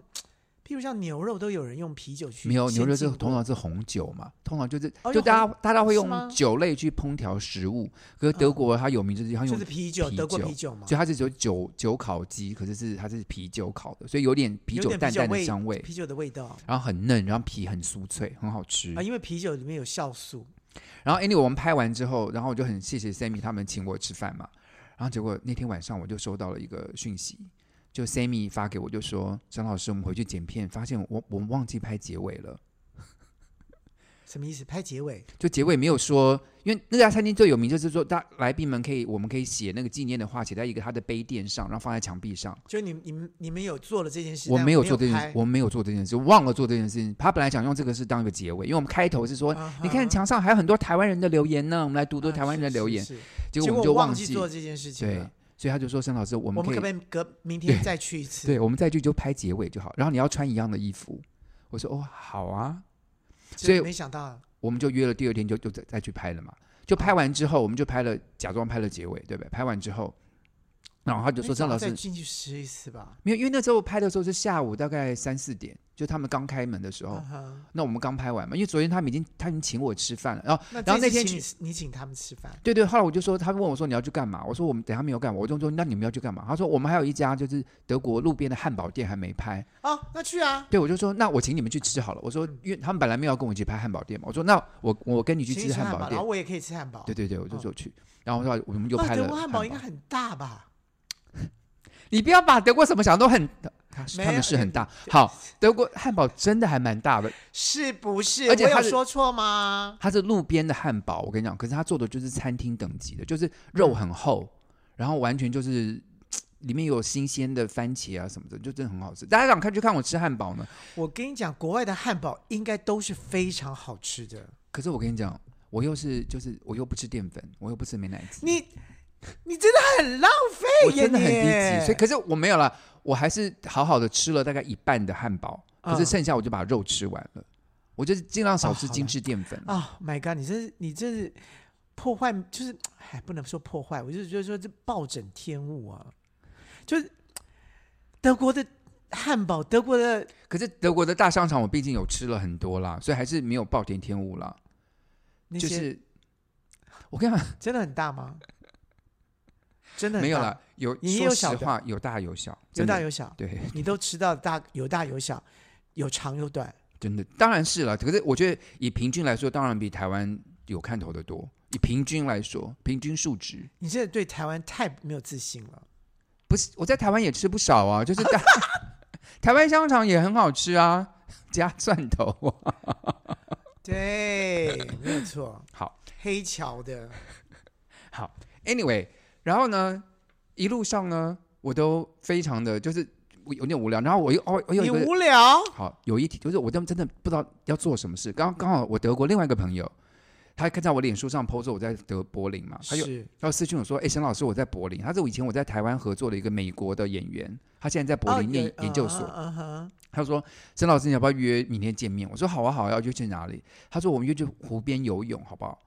S1: 譬如像牛肉都有人用啤酒去
S2: 没有牛肉是
S1: 先浸过
S2: 通常是红酒嘛，通常就是、
S1: 哦
S2: 就
S1: 用
S2: 大家大家会
S1: 是吗哦
S2: 用酒类去烹调食物，可是德国它有名就是它
S1: 就
S2: 用
S1: 是啤酒，
S2: 啤
S1: 德国
S2: 酒
S1: 啤酒嘛，
S2: 就它是有酒酒烤鸡，可是是它是啤酒烤的，所以有点啤
S1: 有
S2: 酒
S1: 点
S2: 淡淡的
S1: 味
S2: 香味，
S1: 啤酒的味道
S2: 然后很嫩，然后皮很酥脆，很好吃。
S1: 啊，因为啤酒里面有酵素，
S2: 然后 anyway 我们拍完之后，然后我就很谢谢 Sammy 他们请我吃饭嘛。然后结果那天晚上我就收到了一个讯息，就 Sammy 发给我，就说张老师，我们回去剪片，发现我我们忘记拍结尾了。
S1: 什么意思？拍结尾
S2: 就结尾没有说，因为那家餐厅最有名就是说，大来宾们可以，我们可以写那个纪念的话，写在一个他的杯垫上，然后放在墙壁上。
S1: 就你你们你们有做了这件事，
S2: 我
S1: 但
S2: 没有
S1: 有
S2: 做这件事
S1: 拍，
S2: 我没有做这件事，忘了做这件事情。他本来想用这个是当一个结尾，因为我们开头是说，
S1: 啊哈
S2: 你看墙上还有很多台湾人的留言呢，我们来读读
S1: 啊
S2: 台湾人的
S1: 是
S2: 留言。
S1: 是是
S2: 结果
S1: 结
S2: 我
S1: 果
S2: 们就
S1: 我忘
S2: 记
S1: 做这件事情
S2: 对
S1: 了。，
S2: 所以他就说：“沈老师，我
S1: 我
S2: 们可
S1: 们可不可
S2: 以，
S1: 以隔明 天
S2: 对
S1: 再去一次？
S2: 对，我们再去就拍结尾就好。然后你要穿一样的衣服。”我说：“哦，好啊。
S1: 就
S2: 所以
S1: 没想到”啊
S2: 我们就约了第二天就就再再去拍了嘛。就拍完之后，我们就拍了，假装拍了结尾，对不对？拍完之后，然后他就
S1: 那
S2: 说：“
S1: 早
S2: 郑老
S1: 再
S2: 师，
S1: 进去吃一次吧。
S2: 没有，因为那时候拍的时候是下午大概三四点，就他们刚开门的时候。
S1: 啊哈
S2: 那我们刚拍完嘛，因为昨天他们已经他已经请我吃饭了，然后
S1: 那
S2: 然后
S1: 这
S2: 那
S1: 次
S2: 天
S1: 请你你请他们吃饭，
S2: 对对，后来我就说，他问我说你要去干嘛？我说我们等一下没有干嘛，我就说那你们要去干嘛？他说我们还有一家就是德国路边的汉堡店还没拍，
S1: 哦，那去啊，
S2: 对我就说那我请你们去吃好了。我说
S1: 嗯
S2: 因为他们本来没有要跟我一起拍汉堡店嘛，我说那我我跟你去
S1: 请你
S2: 吃
S1: 吃汉
S2: 堡
S1: 然
S2: 店
S1: 后。我也可以吃汉堡。
S2: 对对对，我就
S1: 哦
S2: 说去，然后我们就
S1: 哇
S2: 拍
S1: 德
S2: 了
S1: 国
S2: 汉
S1: 汉
S2: 堡
S1: 堡应。该很大吧？
S2: 你不要把德国什么想都很，他
S1: 没
S2: 他
S1: 有
S2: 们是很大。好，德国汉堡真的还蛮大的，
S1: 是不是？
S2: 而且
S1: 我
S2: 它
S1: 有
S2: 是
S1: 说错吗？
S2: 它是路边的汉堡，我跟你讲，可是它做的就是餐厅等级的，就是
S1: 嗯
S2: 肉很厚，然后完全就是嘖里面有新鲜的番茄啊什么的，就真的很好吃。大家想看就看我吃汉堡呢，
S1: 我跟你讲，国外的汉堡应该都是非常好吃的。
S2: 可是我跟你讲，我又是就是我又不吃淀粉，我又不吃美乃滋，
S1: 你你真的很浪
S2: 我
S1: 费耶，
S2: 真的很低级。
S1: 你
S2: 所以可是我没有了，我还是好好的吃了大概一半的汉堡，可是
S1: 嗯
S2: 剩下我就把肉吃完了。我就是尽量少吃精致淀粉。
S1: 啊、m y God，你这是你这是破坏，就是哎，不能说破坏，我就是觉得说这暴殄天物啊，就是德国的汉堡，德国的
S2: 可是德国的大商场我毕竟有吃了很多啦，所以还是没有暴殄天物啦。
S1: 那
S2: 就
S1: 些
S2: 是我跟 你讲，
S1: 真的很大吗？真的很
S2: 没有
S1: 大
S2: 了，，有
S1: 也
S2: 说
S1: 有小
S2: 实
S1: 的
S2: 话有大有小，
S1: 有
S2: 真的
S1: 大有小，
S2: 对，
S1: 你都吃到大有大有小，有长有短。
S2: 真的当然是了。可是我觉得以平均来说，当然比台湾有看头的多。以平均来说，平均数值
S1: 你真的对台湾太没有自信了。
S2: 不是我在台湾也吃不少啊，就是大 台湾香肠也很好吃啊，加蒜头啊。
S1: 对，没有错。
S2: 好，
S1: 黑桥的，
S2: 好，anyway，然后呢，一路上呢，我都非常的就是有点无聊，然后我又哦，我有一
S1: 你
S2: 个
S1: 无聊，
S2: 好，有一题就是我真真的不知道要做什么事。刚刚好我德国另外一个朋友，他看到我脸书上 PO 说我在德柏林嘛，他就是他就私信我说：“哎、沈老师，我在柏林。”他是我以前我在台湾合作的一个美国的演员，他现在在
S1: 哦
S2: 柏林念研究所。
S1: 嗯哼，
S2: 他说：“沈老师，你要不要约明天见面？”我说：“好啊，好啊，要约去哪里？”他说：“我们约去湖边游泳，好不好？”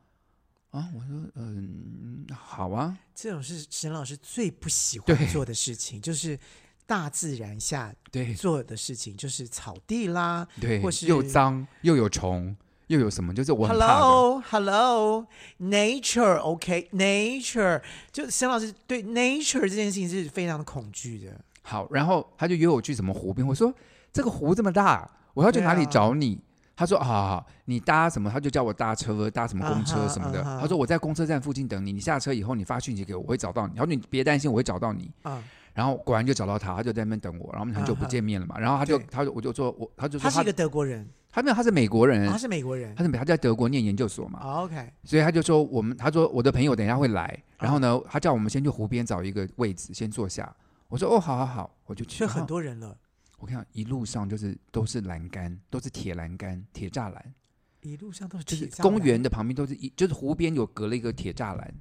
S2: 啊，我说：“嗯，好啊。
S1: 这种是沈老师最不喜
S2: 对
S1: 欢做的事情，就是大自然下
S2: 对”
S1: 做的事情，就是草地啦。
S2: 对
S1: 或是
S2: 又脏又有虫又有什么，就是我很怕的。
S1: Hello，Hello，Nature，OK，Nature，、就沈老师对 Nature 这件事情是非常的恐惧的。
S2: 好，然后他就约我去什么湖边，我说这个湖这么大，我要去
S1: 对
S2: 哪里
S1: 啊
S2: 找你？他说啊，好好你搭什么？他就叫我搭车，搭什么公车
S1: 啊哈
S2: 什么的。
S1: 啊哈
S2: 他说我在公车站附近等你，你下车以后你发讯息给我，我会找到你。然后你别担心，我会找到你。
S1: 啊、
S2: 然后果然就找到他，他就在那边等我，然后我们很久不
S1: 啊哈
S2: 见面了嘛。然后他就
S1: 对
S2: 他就我就说我他就说
S1: 他是
S2: 他
S1: 一个德国人，
S2: 他没有他是美国人，
S1: 他啊是美国人。
S2: 他是美他在德国念研究所嘛，
S1: 哦 OK，
S2: 所以他就说我们，他说我的朋友等一下会来，然后
S1: 啊
S2: 呢，他叫我们先去湖边找一个位置先坐下。我说哦，好好好，我就去。
S1: 所以
S2: 然后
S1: 很多人了，
S2: 我看到一路上就是都是栏杆，都是铁栏杆、铁栅栏，
S1: 一路上都是
S2: 就
S1: 铁
S2: 是
S1: 栅栏
S2: 公园的旁边都是一，就是湖边有隔了一个铁栅栏。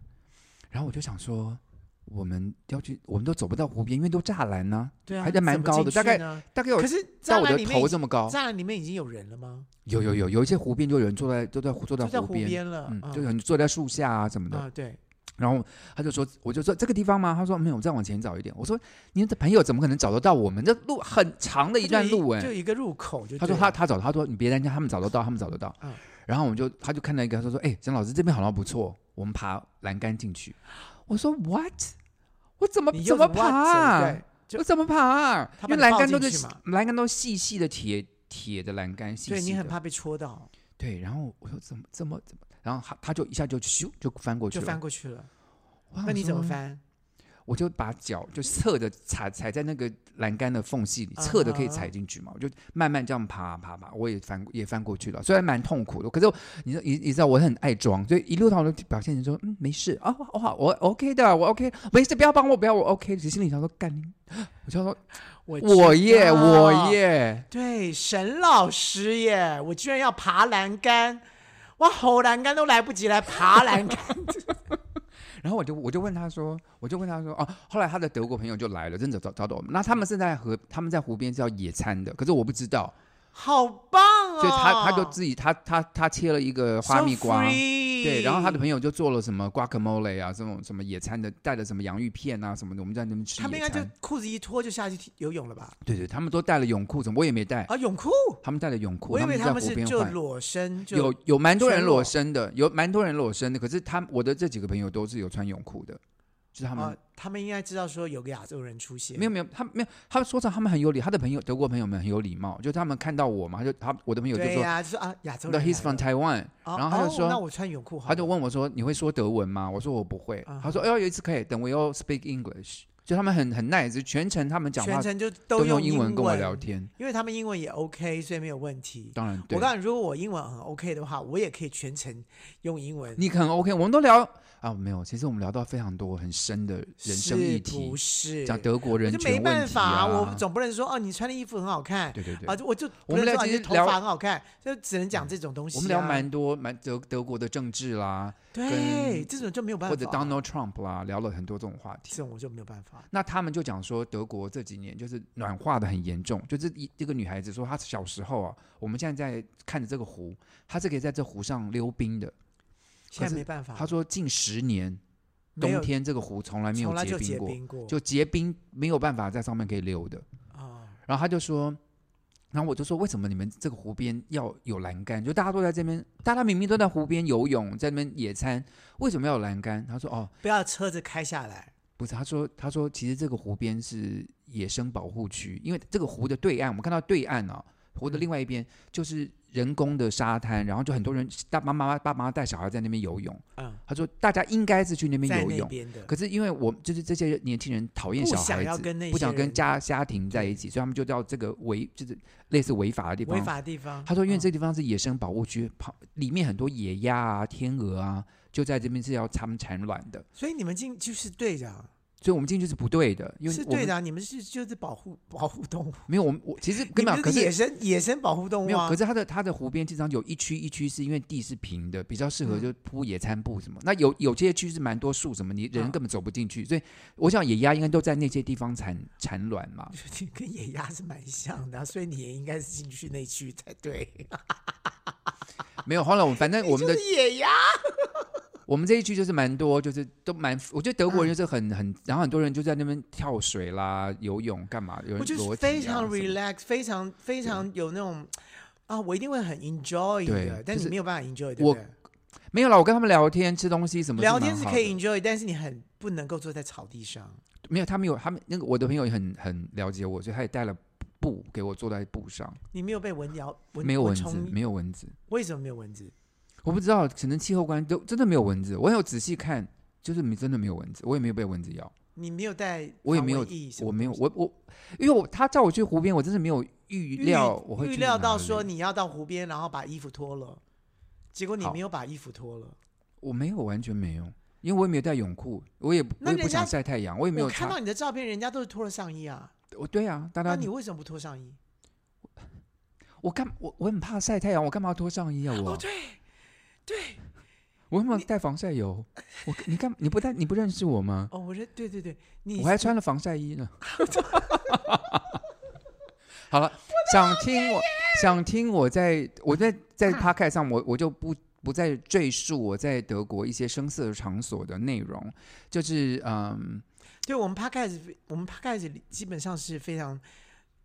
S2: 然后我就想说，我们要去，我们都走不到湖边，因为都栅栏呢、
S1: 对啊，
S2: 还在蛮
S1: 怎么
S2: 高的
S1: 进去
S2: 大概
S1: 呢
S2: 大概有
S1: 可是
S2: 到
S1: 栅
S2: 我
S1: 栏
S2: 的
S1: 里面已
S2: 头
S1: 经，
S2: 这么高。
S1: 栅栏里面已经有人了吗？
S2: 有有有有一些湖边就有人坐在都在湖坐在
S1: 嗯就在
S2: 湖
S1: 湖
S2: 边，
S1: 边了，
S2: 嗯，
S1: 啊
S2: 就有人坐在树下啊什么的。
S1: 啊，对，
S2: 然后他就说，我就说这个地方吗？他说没有，再往前找一点。我说你的朋友怎么可能找得到我们？这路很长的一段路哎、
S1: 就一个入口就对了。
S2: 他说他他找，他说你别担心，他们找得到，他们找得到。
S1: 嗯
S2: 然后我们就他就看到一个，他说哎，蒋老师这边好像不错，我们爬栏杆进去。我说 what？我怎么
S1: 你
S2: 怎
S1: 用
S2: 么
S1: what，
S2: 爬啊？
S1: 对就
S2: 我怎么爬啊？
S1: 他
S2: 因
S1: 把
S2: 为
S1: 你
S2: 栏
S1: 抱
S2: 杆都
S1: 进
S2: 是
S1: 去嘛
S2: 栏杆都细细的铁铁的栏杆，细细
S1: 所
S2: 的。
S1: 以你很怕被戳到，
S2: 对，然后我说怎么怎么怎么，然后他他就一下就咻就翻过去
S1: 就
S2: 了。
S1: 翻过去了。
S2: 我想
S1: 那你怎么
S2: 说？
S1: 翻？
S2: 我就把脚就侧着踩踩在那个栏杆的缝隙里，侧着可以踩
S1: 嗯
S2: 进去嘛，我就慢慢这样爬爬爬，我也翻也翻过去了，虽然蛮痛苦的，可是我你知道你你知道我很爱装，所以一路上我都表现成说嗯没事啊，我好我 OK 的，我 OK 没事，不要帮我，不要我 OK，只是心里想说干你， 我就说
S1: 我哦
S2: 我
S1: 知
S2: 耶
S1: 道
S2: 我，耶，
S1: 对，沈老师耶，我居然要爬栏杆，我吼栏杆都来不及来爬栏杆，
S2: 然后我就我就问他说，我就问他说，哦，后来他的德国朋友就来了，真的找找到我们。那他们是在河，他们在湖边是要野餐的，可是我不知道，
S1: 好棒哦！
S2: 所以他他就自己他他他切了一个花蜜瓜。对，然后他的朋
S1: 友，
S2: 友就做了什么 guacamole 啊，这种什么野餐的，带了什么洋芋片啊什么的，我们在那边吃
S1: 他们应
S2: 野
S1: 该就
S2: 餐。
S1: 裤子一脱就下去踢游泳了吧？
S2: 对对，他们都带了泳裤，什么我也没带，
S1: 啊，泳裤，
S2: 他们带了泳裤，
S1: 我以为
S2: 哎们在
S1: 们
S2: 湖
S1: 是
S2: 边
S1: 就
S2: 换。
S1: 裸身，就
S2: 有有蛮多人
S1: 全
S2: 裸
S1: 裸
S2: 身的，有蛮多人裸身的，可是他我的这几个朋友都是有穿泳裤的，就是他们
S1: 啊，他们应该知道说有个亚洲人出现，
S2: 没有没有，他没有，他们说上他们很有礼，他的朋友德国朋友们很有礼貌，就他们看到我嘛，他就他我的朋友就
S1: 对
S2: 说，
S1: 呀、就说啊亚洲
S2: 那、
S1: 人
S2: he's
S1: 来
S2: from
S1: 了
S2: Taiwan，、
S1: 哦
S2: 然后他就
S1: 哦
S2: 说
S1: 那我穿泳裤好了，
S2: 他就问我说你会说德文吗？我说我不会，
S1: 啊
S2: 他说哎呦有一次可以，等我要 speak English，就他们很很 nice，全程他们讲话
S1: 全程就
S2: 都
S1: 都用
S2: 英
S1: 文
S2: 跟我聊，天，
S1: 因为他们英文也 OK，所以没有问题。
S2: 当然
S1: 我
S2: 对，
S1: 告诉你，如果我英文很 OK 的话，我也可以全程用英文。
S2: 你很 OK，我们都聊啊没有，其实我们聊到非常多很深的人生议
S1: 是
S2: 题
S1: 不，是？
S2: 讲德国
S1: 我
S2: 人
S1: 就没
S2: 权问
S1: 办
S2: 题
S1: 法、
S2: 啊，
S1: 我总不能说哦，你穿的衣服很好看
S2: 对对对
S1: 啊，。我就
S2: 我
S1: 不能
S2: 们俩
S1: 说啊
S2: 其
S1: 你
S2: 实
S1: 的头
S2: 聊
S1: 发很好看，就只能讲这种东西、啊。
S2: 我们聊蛮多蛮德德国的政治啦，
S1: 对，这种就没有办法。啊
S2: 或者 Donald Trump 啦，聊了很多这种话
S1: 这
S2: 题。
S1: 种我就没有办法。
S2: 那他们就讲说，德国这几年就是暖化的很严重，就是一这个女孩子说，她小时候啊，我们现在在看着这个湖，她是可以在这湖上溜冰的。
S1: 现
S2: 可
S1: 在
S2: 是
S1: 没办法，
S2: 她说近十年，
S1: 啊没有
S2: 冬天这个湖从来没有
S1: 从来
S2: 结
S1: 就结
S2: 冰过，
S1: 冰过，
S2: 就结冰没有办法在上面可以溜的。
S1: 啊，
S2: 然后她就说。然后我就说，为什么你们这个湖边要有栏杆？就大家都在这边，大家明明都在湖边游泳，在那边野餐，为什么要有栏杆？她说，哦，
S1: 不要车子开下来，
S2: 不是，他说，他说，其实这个湖边是野生保护区，因为这个湖的对岸，我们看到对岸啊，湖
S1: 嗯
S2: 的另外一边就是人工的沙滩，然后就很多人大妈妈爸妈带小孩在那边游泳。
S1: 嗯，
S2: 他说，大家应该是去那边
S1: 在
S2: 游
S1: 那
S2: 泳，
S1: 边的。
S2: 可是因为我就是这些年轻人讨厌
S1: 不
S2: 小
S1: 想
S2: 孩
S1: 要
S2: 子，
S1: 跟那
S2: 不想
S1: 些
S2: 跟
S1: 人
S2: 家家庭在一起，所以他们就到这个违就是类似违法的地
S1: 违
S2: 方
S1: 法的地方，
S2: 他说，因为
S1: 嗯
S2: 这地方是野生保护区，旁、里面很多野鸭啊、天鹅啊，就在这边是要他们产卵的，
S1: 所以你们进就是对的啊，
S2: 所以我们进去是不对的，因为
S1: 是
S2: 我们
S1: 对的啊，你们是就是保护 保护动物，
S2: 没有，我们我其实
S1: 你
S2: 根本
S1: 们
S2: 可
S1: 就是野
S2: 是
S1: 生野生保护动物
S2: 没有，
S1: 啊
S2: 可。是它的它的湖边经常有一区一区是因为地是平的，比较适合就铺野餐布什么。那有有些区是蛮多树什么，你人
S1: 嗯
S2: 根本走不进去，所以我想野鸭应该都在那些地方产产卵嘛。
S1: 跟野鸭是蛮像的啊、所以你也应该是进去那区才对。
S2: 没有，后来我们反正我们 的
S1: 就是野鸭，
S2: 我们这一区就是蛮多，就是都蛮，我觉得德国人就是
S1: 啊
S2: 很很，然后很多人就在那边跳水啦、游泳干嘛，有
S1: 我
S2: 人
S1: 就
S2: 裸
S1: 是
S2: 体啊
S1: 非常
S2: 什么
S1: relax，非常非常有那种啊，我一定会很 enjoy
S2: 对
S1: 的，但
S2: 就是
S1: 你没有办法 enjoy，对
S2: 我
S1: 不对？
S2: 没有啦，我跟他们聊天、吃东西什么
S1: 聊
S2: 蛮
S1: 天是
S2: 好
S1: 可
S2: 的
S1: 以 enjoy，但是你很不能够坐在草地上。
S2: 没有，他们有他们那个我的朋友也很很了解我，所以他也带了布给我坐在布上，
S1: 你没有被蚊咬，蚊
S2: 没有蚊子，
S1: 虫
S2: 没有蚊子，
S1: 为什么没有蚊子？
S2: 我不知道，可能气候关系都真的没有蚊子，我有仔细看，就是没真的没有蚊子，我也没有被蚊子咬，
S1: 你没有带，
S2: 我也没有，我没有，我我，因为我他叫我去湖边，我真的没有
S1: 预
S2: 预料我会
S1: 预
S2: 去
S1: 料
S2: 哪
S1: 到
S2: 里
S1: 说你要到湖边，然后把衣服脱了，结果你
S2: 好
S1: 没有把衣服脱了。
S2: 我没有完全没有，因为我也没有带泳裤，我也不我
S1: 那
S2: 也不
S1: 人家
S2: 想晒太阳，我也没有
S1: 我看
S2: 擦
S1: 到，你的照片，人家都是脱了上衣啊，
S2: 我对啊，大
S1: 那
S2: 家
S1: 你为什么不脱上衣？
S2: 我干我我很怕晒太阳，我干嘛要脱上衣啊我？
S1: 哦，对对，
S2: 我为什么带防晒油？我你干你不带你不认识我吗？
S1: 哦，我说对对对，你
S2: 我还穿了防晒衣 呢。好了，想听我想听我在我在在 p o d c a s 上，我我就不不再赘述我在德国一些声色场所的内容，就是嗯，
S1: 对我们 podcast，我们 podcast 基本上是非常，
S2: 呃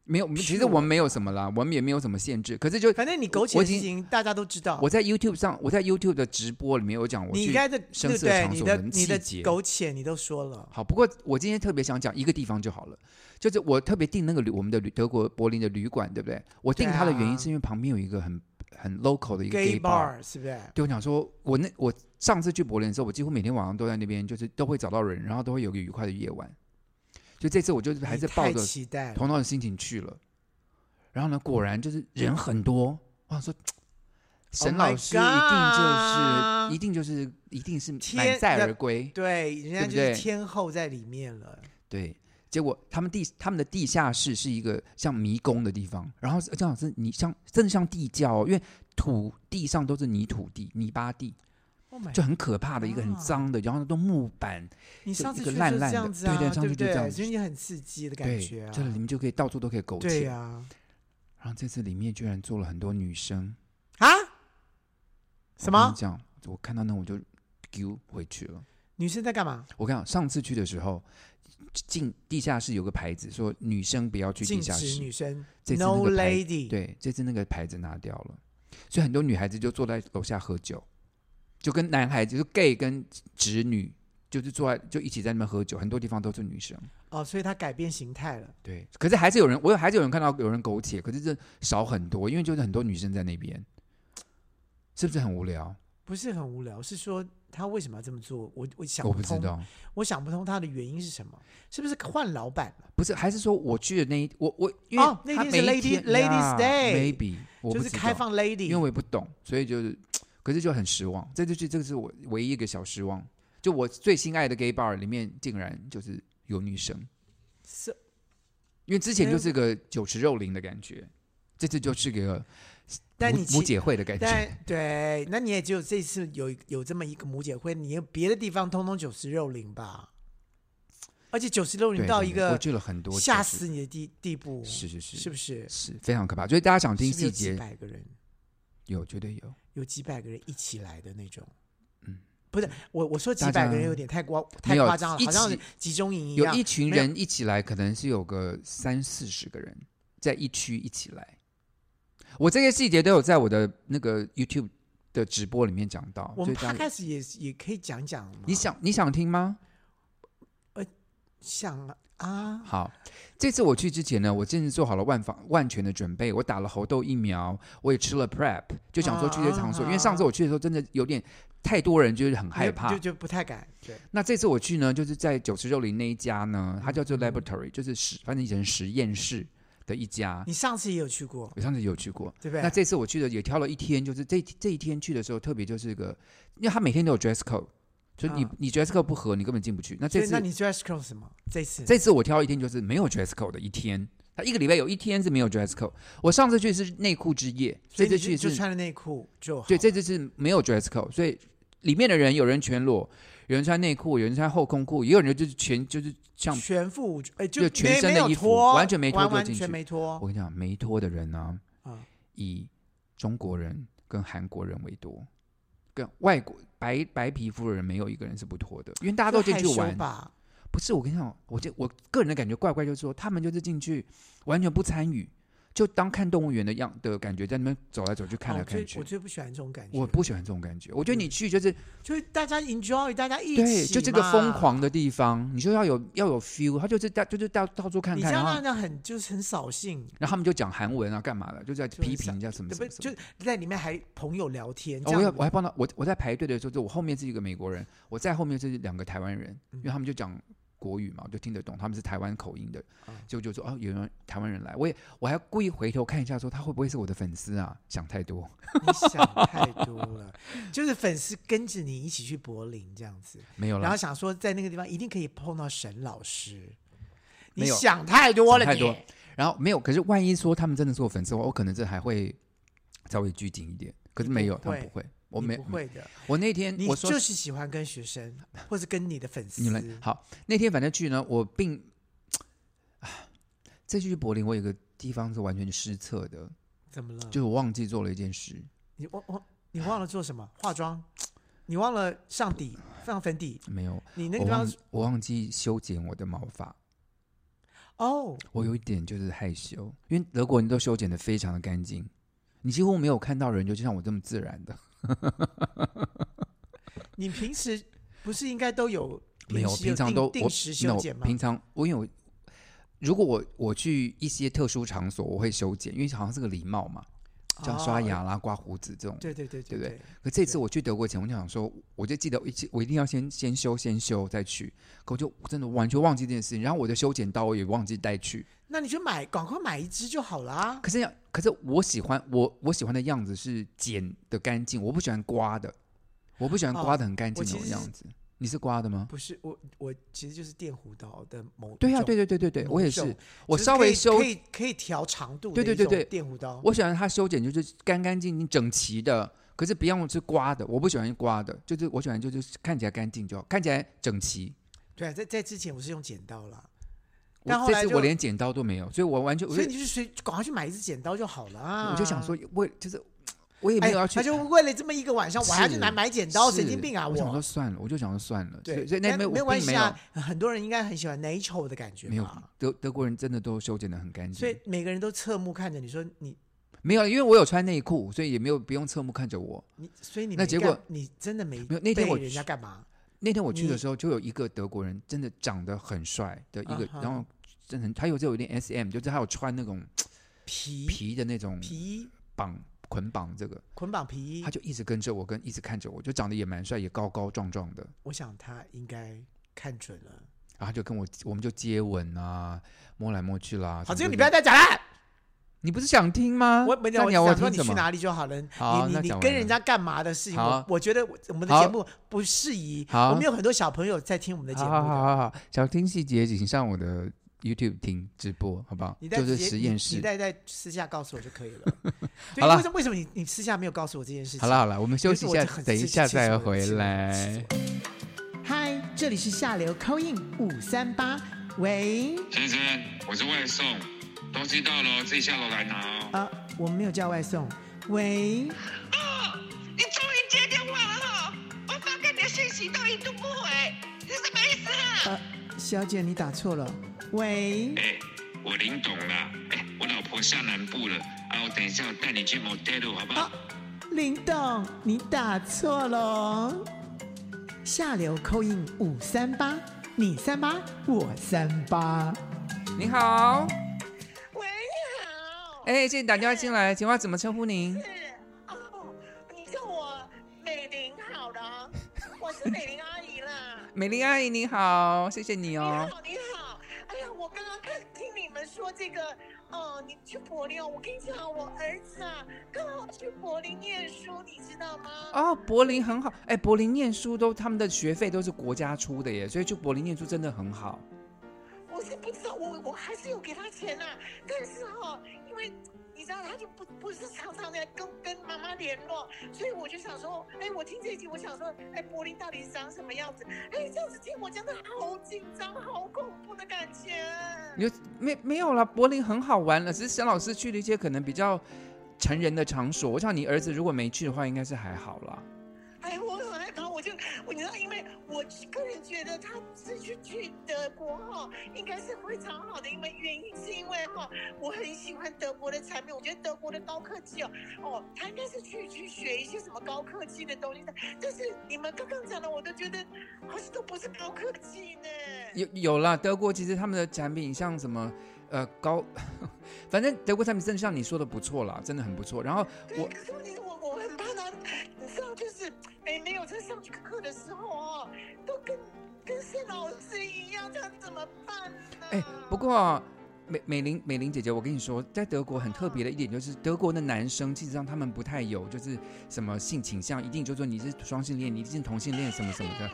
S2: 没有，其实我们没有什么啦，我们也没有什么限制，可是就
S1: 反正你苟且
S2: 我
S1: 的
S2: 已
S1: 事
S2: 经
S1: 情大家都知道。
S2: 我在 YouTube 上，我在 YouTube 的直播里面有讲我
S1: 你
S2: 去
S1: 应该的
S2: 声
S1: 对不
S2: 色
S1: 对？
S2: 场
S1: 你
S2: 所
S1: 的
S2: 的
S1: 你的
S2: 细节
S1: 苟且你都说了，
S2: 好，不过我今天特别想讲一个地方就好了，就是我特别订那个旅我们的旅德国柏林的旅馆，对不对？我订
S1: 对
S2: 它的原因
S1: 啊
S2: 是因为旁边有一个很很 local 的一个
S1: gay
S2: gay
S1: bar 是不是？
S2: 对我讲说，我那我上次去柏林的时候，我几乎每天晚上都在那边，就是都会找到人，然后都会有个愉快的夜晚。就这次我就是还
S1: 你
S2: 是抱
S1: 哎太
S2: 着
S1: 期待了，
S2: 同样的心情去了，然后呢，果然就是人很多。我想说，
S1: Oh
S2: 沈
S1: my
S2: 老师一定就是
S1: God
S2: 一定就是一定是满
S1: 天
S2: 载
S1: 那
S2: 而归。
S1: 对，人家
S2: 对不
S1: 就
S2: 对
S1: 是天后在里面了。
S2: 对，结果他们地他们的地下室是一个像迷宫的地方，然后这样子你像真的像地窖、哦，因为土地上都是泥土地、泥巴地，
S1: Oh my！
S2: 就很可怕的一个很
S1: 啊
S2: 脏的，然后都木板，
S1: 你
S2: 就
S1: 上
S2: 一
S1: 次
S2: 个
S1: 去
S2: 烂
S1: 就是
S2: 烂
S1: 这
S2: 的
S1: 样子
S2: 对
S1: 啊，
S2: 对上次
S1: 不
S2: 就这
S1: 对？
S2: 样子
S1: 所以你很刺激的感
S2: 对，
S1: 觉啊，
S2: 这里面就可以到处都可以苟
S1: 对啊
S2: 且。
S1: 呀、
S2: 然后这次里面居然坐了很多女生，
S1: 啊，什
S2: 我跟
S1: 么
S2: 你？讲，我看到那我就丢回去了。
S1: 女生在干嘛？
S2: 我跟你讲，上次去的时候，进地下室有个牌子说女生不要去地
S1: 禁
S2: 下
S1: 止
S2: 室
S1: 女，生
S2: 这次那
S1: ，No
S2: 个牌
S1: lady。
S2: 对，这次那个牌子拿掉了，所以很多女孩子就坐在楼下喝酒，就跟男孩子，就是 gay 跟直女，就是坐在就一起在那边喝酒，很多地方都是女生。
S1: 哦，所以她改变形态了。
S2: 对，可是还是有人，我有还是有人看到有人苟且，可是这少很多，因为就是很多女生在那边，是不是很无聊？
S1: 不是很无聊，是说他为什么要这么做？我我想
S2: 我不
S1: 不
S2: 知
S1: 通，
S2: 道，
S1: 我想不通他的原因是什么？是不是换老板了？
S2: 不是，还是说我去的那一我我因为
S1: 哦那
S2: 他
S1: 天是
S2: 每
S1: lady-
S2: 一天
S1: ladies day
S2: maybe 我不
S1: 就
S2: 知
S1: 是
S2: 道
S1: 开，放
S2: 因为
S1: lady，
S2: 我也不懂，所以就是，可是就很失望，这就是这个是我唯一一个小失望，就我最心爱的 gay bar 里面竟然就是有女生，
S1: 是
S2: 因为之前
S1: 没
S2: 就
S1: 有
S2: 是个酒池肉林的感觉，这次就是个
S1: 但
S2: 母
S1: 你
S2: 母
S1: 其
S2: 姐会的感觉，
S1: 但对，那你也只有这次有有这么一个母姐会，你别的地方通通九十六零吧，而且九十六零
S2: 对
S1: 到
S2: 对
S1: 一
S2: 对我
S1: 个
S2: 去了很多，
S1: 吓死你的地地步，
S2: 是是是
S1: 是不是？
S2: 是非常可怕，所以大家想听
S1: 是不是
S2: 细
S1: 有几
S2: 节，
S1: 百个人，
S2: 有绝对有，
S1: 有几百个人一起来的那种。
S2: 嗯，
S1: 不是我我说几
S2: 大
S1: 百个
S2: 家
S1: 人有点太夸
S2: 没
S1: 太
S2: 有
S1: 夸张了，
S2: 一
S1: 好像是
S2: 起
S1: 集中营一
S2: 有
S1: 样
S2: 一。群
S1: 没有
S2: 人一起来，可能是有个三四十个人在一区一起来。我这些细节都有在我的那个 YouTube 的直播里面讲到，
S1: 我
S2: 所
S1: 们
S2: 以大
S1: 他
S2: 家
S1: 开始也是也可以讲讲嘛
S2: 你想你想听吗？
S1: 想啊，
S2: 好，这次我去之前呢，我真是做好了万防万全的准备，我打了猴痘疫苗，我也吃了 Prep，就想说去这些场所，
S1: 啊
S2: 因为上次我去的时候真的有点太多人，就是很害
S1: 就
S2: 怕啊
S1: 就。就不太敢。对，
S2: 那这次我去呢，就是在九十肉林那一家呢，它叫
S1: 嗯
S2: 做 Laboratory，就是实反正以前实验室的一家。
S1: 你上次也有去过，
S2: 我上次有去过，
S1: 对啊不
S2: 那
S1: 对？
S2: 这次我去的也挑了一天，就是这这一天去的时候，特别就是个，因为他每天都有 dress code，所以你、
S1: 啊
S2: 你 dress code 不合，你根本进不去。那
S1: 所
S2: 这
S1: 以那
S2: 次
S1: 你 dress code 什么？这次
S2: 这次我挑了一天就是没有 dress code 的一天，他一个礼拜有一天是没有 dress code。我上次去是内裤之夜，
S1: 所
S2: 这
S1: 以你
S2: 次
S1: 就
S2: 去
S1: 就是穿了内裤就好。
S2: 对，这次是没有 dress code，所以里面的人有人全裸，有人穿内裤，有人穿后空裤，也有人就是全就是像
S1: 全副武装，哎，
S2: 就
S1: 就
S2: 全
S1: 没
S2: 身的
S1: 没有
S2: 衣服
S1: 脱
S2: 完全没脱
S1: 完
S2: 就
S1: 完
S2: 进去
S1: 全没
S2: 我
S1: 脱。
S2: 跟你讲没脱的人呢、
S1: 啊
S2: 以中国人跟韩国人为多，跟外国白白皮肤的人没有一个人是不脱的，因为
S1: 大
S2: 大家都进去玩。
S1: 吧？
S2: 不是我跟你讲，我这我个人的感觉怪怪，就是说他们就是进去完全不参与，就当看动物园的样的感觉，在那边走来走去，看
S1: 哦
S2: 来
S1: 我最
S2: 看去。
S1: 我最不喜欢这种感觉。
S2: 我不喜欢这种感觉，我觉得你去就是
S1: 就是大家 enjoy，大家一起
S2: 对，就这个疯
S1: 嘛。
S2: 狂的地方，你就要有要有 feel，他就是到就是到到处看
S1: 你
S2: 看，啊
S1: 这
S2: 然
S1: 样
S2: 后
S1: 让人很就是很扫兴，
S2: 然后他们就讲韩文啊，干嘛的，就在
S1: 就很
S2: 批评
S1: 想
S2: 人家什么
S1: 对
S2: 什
S1: 不
S2: 么
S1: 对？
S2: 什么
S1: 就。在里面还朋友聊天，
S2: 哦
S1: 这
S2: 我要
S1: 样
S2: 我还帮他，我我在排队的时候，就我后面是一个美国人，我在后面是两个台湾人，因
S1: 嗯
S2: 为他们就讲国语嘛，我就听得懂，他们是台湾口音的，
S1: 啊
S2: 就就说哦，有人台湾人来，我也我还故意回头看一下，说他会不会是我的粉丝啊？想太多，
S1: 你想 太多了，就是粉丝跟着你一起去柏林这样子，
S2: 没有
S1: 然后
S2: 啦，
S1: 想说在那个地方一定可以碰到沈老师，你
S2: 没有
S1: 想太多了
S2: 想太
S1: 你，
S2: 多然后没有，可是万一说他们真的是我粉丝的话，我可能这还会稍微拘谨一点，可是
S1: 你
S2: 没
S1: 不
S2: 有，他们
S1: 会
S2: 不会，我
S1: 你
S2: 没
S1: 不，会的，
S2: 我那天
S1: 你
S2: 我说
S1: 就是喜欢跟学 生或是跟你的粉丝
S2: 你。们好，那天反正去呢，我并，啊，这次去柏林，我有个地方是完全失策的，
S1: 怎么了？
S2: 就是我忘记做了一件事，
S1: 你忘忘你忘了做什么？化妆，你忘了上底上粉底，
S2: 没有，
S1: 你那个
S2: 我
S1: 地方
S2: 忘我忘记修剪我的毛发，
S1: 哦，
S2: 我有一点就是害羞，因为德国人都修剪的非常的干净，你几乎没有看到人就像我这么自然的。
S1: 你平时不是应该都有
S2: 没有，
S1: 时
S2: 平常
S1: 定
S2: 都
S1: 定时
S2: 我
S1: 修
S2: 没有
S1: 剪吗？
S2: 平常我因为我如果我我去一些特殊场所，我会修剪，因为好像是个礼貌嘛，像刷牙
S1: 哦，
S2: 啦、刮胡子这种。
S1: 对对对
S2: 对不对
S1: 对，
S2: 可这次我去德国前，我就想说，我就记得我一起我一定要先先修先修再去，可我就真的完全忘记这件事情。然后我的修剪刀我也忘记带去，
S1: 那你就买，赶快买一支就好啦。
S2: 可是要可是我喜欢我我喜欢的样子是剪的干净，我不喜欢刮的，我不喜欢
S1: 哦
S2: 刮的很干净
S1: 我
S2: 那
S1: 其
S2: 种
S1: 实
S2: 样
S1: 是
S2: 子。你是刮的吗？
S1: 不是我，我其实就是电弧刀的某
S2: 对呀、
S1: 种
S2: 对对对对对，我也是
S1: 某种，
S2: 我
S1: 就是
S2: 稍
S1: 可
S2: 微
S1: 以
S2: 修
S1: 可以可以调长度的
S2: 对对
S1: 一
S2: 对
S1: 种
S2: 对
S1: 电弧刀。
S2: 我喜欢它修剪就是干干净净、整齐的，可是不要是刮的，我不喜欢刮的，就是我喜欢就是看起来干净就好，看起来整齐。
S1: 对啊，在在之前我是用剪刀啦，
S2: 我
S1: 但后来
S2: 这次我
S1: 就
S2: 连剪刀都没有，所以我完全我
S1: 所
S2: 就
S1: 以你就是随赶快去买一支剪刀就好了啊。
S2: 我就想说，我就是我也没
S1: 哎，
S2: 有要去
S1: 他。就为了这么一个晚上，我还要去
S2: 是
S1: 拿买剪刀，
S2: 是
S1: 神经病啊！
S2: 我想说算了，我就想说算了。所
S1: 对，
S2: 以所以那
S1: 但
S2: 边
S1: 没有
S2: 我
S1: 关
S2: 并没
S1: 系
S2: 有
S1: 啊，很多人应该很喜欢 natural 的感觉
S2: 没有嗯
S1: 吧。
S2: 德德国人真的都修剪的很干净，
S1: 所以每个人都侧目看着你说你
S2: 没有，因为我有穿内裤，所以也没有不用侧目看着我。
S1: 你，所以你
S2: 那
S1: 没
S2: 结
S1: 干
S2: 果
S1: 你真的没
S2: 没有那天
S1: 被
S2: 我
S1: 人
S2: 去
S1: 家干嘛？
S2: 那天我去
S1: 你
S2: 的时候，就有一个德国人，真的长得很帅的一个
S1: 啊哈
S2: 然后真的很他有这有一点 S M，就是他有穿那种
S1: 皮
S2: 皮的那种
S1: 皮
S2: 绑捆绑这个，
S1: 捆绑皮
S2: 他，就一直跟着我，跟一直看着我，就长得也蛮帅，也高高壮壮的，
S1: 我想他应该看准了。
S2: 然后他就跟我我们就接吻啊，摸来摸去啦。
S1: 好，这
S2: 什
S1: 个
S2: 么
S1: 你
S2: 都
S1: 不要再讲了。
S2: 你不是想听吗？
S1: 我没
S2: 啊
S1: 有，我
S2: 那你
S1: 只
S2: 要我
S1: 想说
S2: 听
S1: 你
S2: 什
S1: 去
S2: 么？
S1: 哪里就好了。
S2: 好
S1: 你
S2: 那
S1: 你
S2: 讲
S1: 你
S2: 完
S1: 跟
S2: 了
S1: 人家干嘛的事情，我
S2: 好
S1: 我觉得我我们的
S2: 好
S1: 节目不适宜。
S2: 好
S1: 我们有很多小朋友在听我们的节
S2: 好
S1: 目
S2: 好好
S1: 的。
S2: 好好，想听细节请上我的 YouTube 听直播，好不好？
S1: 你再
S2: 就是
S1: 直接
S2: 实
S1: 你
S2: 验
S1: 你
S2: 室。
S1: 再在私下告诉我就可以 了。对
S2: 好啦
S1: 为什么为什么你你私下没有告诉我这件事情？
S2: 好了好了，我们休
S1: 因为
S2: 息一
S1: 我
S2: 下
S1: 就，很
S2: 等一
S1: 生气
S2: 下
S1: 气死我
S2: 再
S1: 了
S2: 回
S1: 气死我了气死
S2: 来。
S1: 嗨，这里是下流 coin 五三八，喂，
S3: 先生，我是外送，东西到了哦自己下楼来拿哦。
S1: 啊，我们没有叫外送，喂，
S4: 哦，你终于接电话了哈、我发给你的讯息都一度不回，你什么意思啊？
S1: 呃，小姐你打错了，喂，
S3: 哎、我林董啦，哎、我老婆下南部了，啊，我等一下我带你去 motel 好不好？
S1: 啊林董你打错了哦，下流 coin 五三八，你三八我三八，
S2: 您好，
S4: 喂，你好。
S2: 哎、谢谢你打电话进来，请问怎么称呼您？
S4: 是哦，你叫我美玲好 了，我是美玲阿姨啦。
S2: 美丽阿姨您好，谢谢你
S4: 你
S2: 哦。
S4: 好，你好。哎呀，我刚刚看听你们说这个，哦，你去柏林哦，我跟你讲，我儿子啊，刚好去柏林念书，你知道吗？
S2: 哦，柏林很好，哎，柏林念书都他们的学费都是国家出的耶，所以去柏林念书真的很好。
S4: 我是不知道，我我还是有给他钱呐、但是哈、因为你知道，他就不不是常常的跟跟妈妈联络，所以我就想说，哎，我听这一集，我想说，哎，柏林到底长什么样子？哎，这样子听我真的好紧张，好恐怖的感觉。
S2: 你就没没有啦，柏林很好玩了，只是沈老师去了一些可能比较成人的场所。我想你儿子如果没去的话，应该是还好啦。
S4: 哎，我很害怕，我就我你知道，因为我个人觉得他是去去德国哈、应该是非常好的，因为原因是因为哈、我很喜欢德国的产品，我觉得德国的高科技哦，哦，他应该是去去学一些什么高科技的东西的，但是你们刚刚讲的，我都觉得好像都不是高科技呢。
S2: 有有啦，德国其实他们的产品像什么呃高，反正德国产品真的像你说的不错啦，真的很不错。然后
S4: 对，
S2: 我
S4: 可是问题是我我很怕他，你知道，就是哎，没有在上去课的时候哦，都跟跟谢老师一样，这样怎么办呢？
S2: 哎，不过啊美美玲美玲姐姐，我跟你说，在德国很特别的一点就是，德国的男生其实上他们不太有就是什么性倾向，一定就说你是双性恋，你一定是同性恋什么什么的，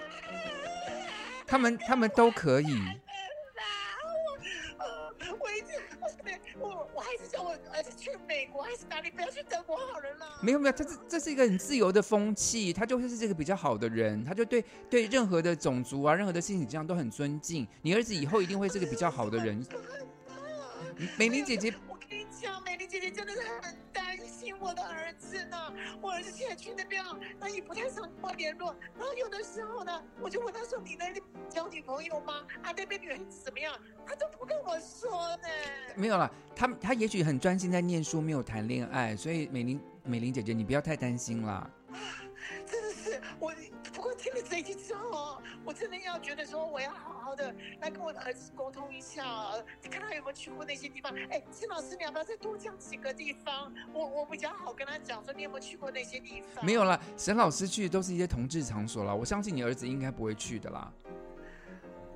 S2: 他们他们都可以。
S4: 哦呃我我一直我我还是叫我果儿子去美国还是哪里，不要去德国好了啦。
S2: 没有没有，他这这是一个很自由的风气，他就会是这个比较好的人，他就对对任何的种族啊、任何的性倾向都很尊敬。你儿子以后一定会是个比较好的人。美玲姐姐，
S4: 我跟你讲，美丽姐姐真的是很担心我的儿子呢。我儿子现在去那边啊，那也不太常跟我联络。然后有的时候呢，我就问他说：“你那里交女朋友吗？啊，那边女孩子怎么样？”他都不跟我说呢。
S2: 没有啦，他他也许很专心在念书，没有谈恋爱，所以美玲美玲姐姐，你不要太担心啦。
S4: 真的是我，不过听了这一句之后哦，我真的要觉得说，我要好好的来跟我的儿子沟通一下哦，看他有没有去过那些地方。哎，金老师，你要不要再多讲几个地方？我我比较好跟他讲说，你有没有去过那些地方？
S2: 没有啦，沈老师去的都是一些同志场所啦，我相信你儿子应该不会去的啦。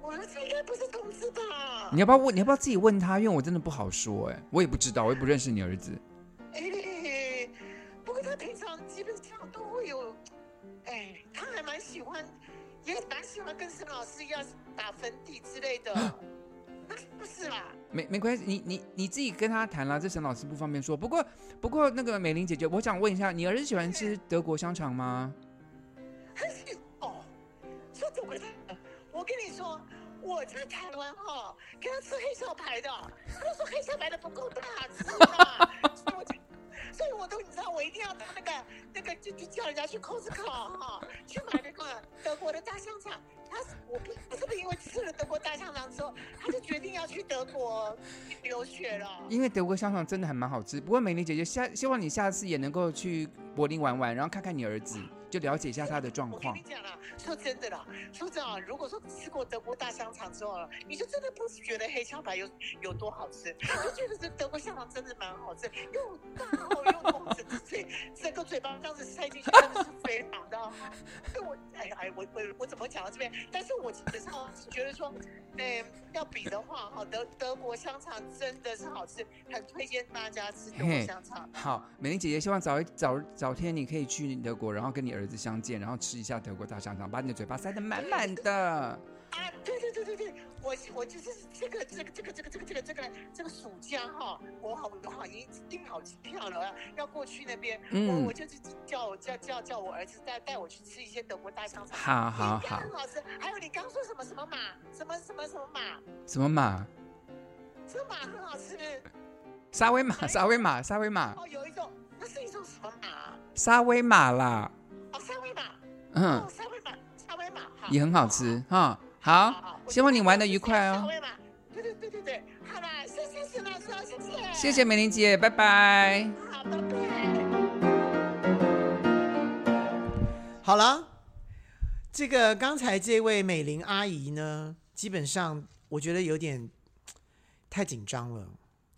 S4: 我儿子应该不是同志吧？
S2: 你要不要问？你要不要自己问他？因为我真的不好说、哎，我也不知道，我也不认识你儿子。
S4: 哎，不过他平常基本上都会有，哎，他还蛮喜欢，也蛮喜欢跟沈老师一样打粉底之类的，
S2: 啊
S4: 那是不是啊啦？
S2: 没没关系，你你你自己跟他谈啦，这沈老师不方便说。不过不过那个美玲姐姐，我想问一下，你儿子喜欢吃德国香肠吗？
S4: 哦，说怎么了？我跟你说，我在台湾哈、给他吃黑小排的，他就说黑小排的不够大吃嘛，所以我就，所以我都你知道，我一定要到那个那个就就叫人家去 Costco 哈、去买那个德国的大香肠。他是我不不是不是因为吃了德国大香肠之后，他就决定要去德国留学了。
S2: 因为德国香肠真的还蛮好吃。不过美玲姐姐下希望你下次也能够去柏林玩玩，然后看看你儿子，就了解一下他的状
S4: 我跟
S2: 况
S4: 你。讲啦，说真的啦，说真的啊，如果说吃过德国大香肠之后，你就真的不觉得黑小白有有多好吃，你就觉得这德国香肠真的蛮好吃，又大口又浓，整个嘴整个嘴巴这样子塞进去，真的是非常的好。所以我哎哎，我我我怎么讲到这边？但是我基本上是觉得说，嗯，要比的话哈，德德国香肠真的是好吃，很推荐大家吃德国
S2: 嘿
S4: 香肠。
S2: 好，美玲姐姐希望早一早早天你可以去德国，然后跟你儿子相见，然后吃一下德国大香肠，把你的嘴巴塞得满满的。
S4: 啊，对对对对对，我我就是这个这个这个这个这个这个这个这个暑假哈，我好我好已经订好机票了，要过去那边，
S2: 嗯
S4: 我我就是叫我叫叫叫我儿子带带我去吃一些德国大香肠。
S2: 好好
S4: 你
S2: 好，
S4: 刚刚老师，还有你刚刚说什么什么马，什么什么什么马，
S2: 什么马？
S4: 这马很好吃
S2: 沙威玛，沙威玛，沙威玛，
S4: 哦，有一种，那是一种什么马？
S2: 沙威玛啦。
S4: 哦，三维马，
S2: 嗯
S4: 哦，，三维马，三维马，好
S2: 也很好吃哈。好，希望你玩的愉快哦。。
S4: 对对对对对，好啦，谢谢沈老师哦，谢谢，
S2: 谢谢美玲姐，拜拜。
S4: 好，拜拜。
S1: 好了，这个刚才这位美玲阿姨呢，基本上我觉得有点太紧张了，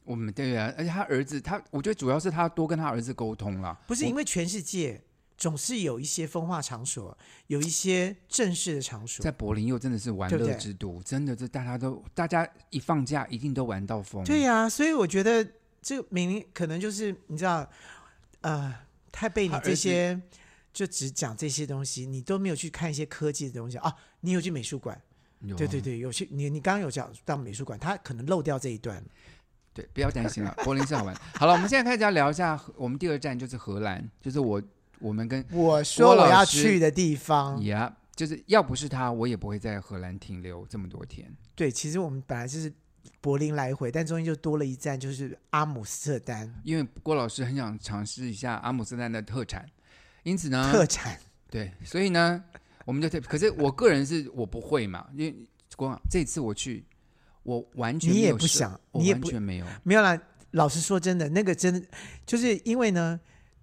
S2: 我们对啊，而且他儿子，他我觉得主要是他多跟他儿子沟通啦。
S1: 不是因
S2: 为
S1: 为全世界总是有一些风化场所，有一些正式的场所
S2: 在。柏林又真的是玩
S1: 对不
S2: 乐
S1: 对
S2: 之都，真的，这大家都大家一放假一定都玩到疯。
S1: 对、呀、所以我觉得这个美玲可能就是你知道，呃，太被你
S2: 她儿
S1: 这
S2: 子
S1: 些就只讲这些东西，你都没有去看一些科技的东西啊。你有去美术馆？
S2: 啊
S1: 对对对，有去你你刚刚有讲到美术馆，他可能漏掉这一段。
S2: 对，不要担心了，柏林是好玩。 好了，我们现在开始要聊一下荷，我们第二站就是荷兰，就是我我们跟
S1: 我说我
S2: 老
S1: 要
S2: 师
S1: 去的地方，
S2: 呀就是要不是他，我也不会在荷兰停留这么多天。
S1: 对，其实我们本来就是柏林来回，但中间就多了一站，就是阿姆斯特丹
S2: 因为郭老师很想尝试一下阿姆斯特丹的特产，因此呢，
S1: 特产。
S2: 对，所以呢，我们就特，可是我个人是我不会嘛，因为光这次我去，我完全
S1: 你也
S2: 没有
S1: 不
S2: 涉
S1: 想
S2: 我
S1: 你也
S2: 完
S1: 不
S2: 全没有，
S1: 没有啦，老实说真的，那个真的就是因为呢，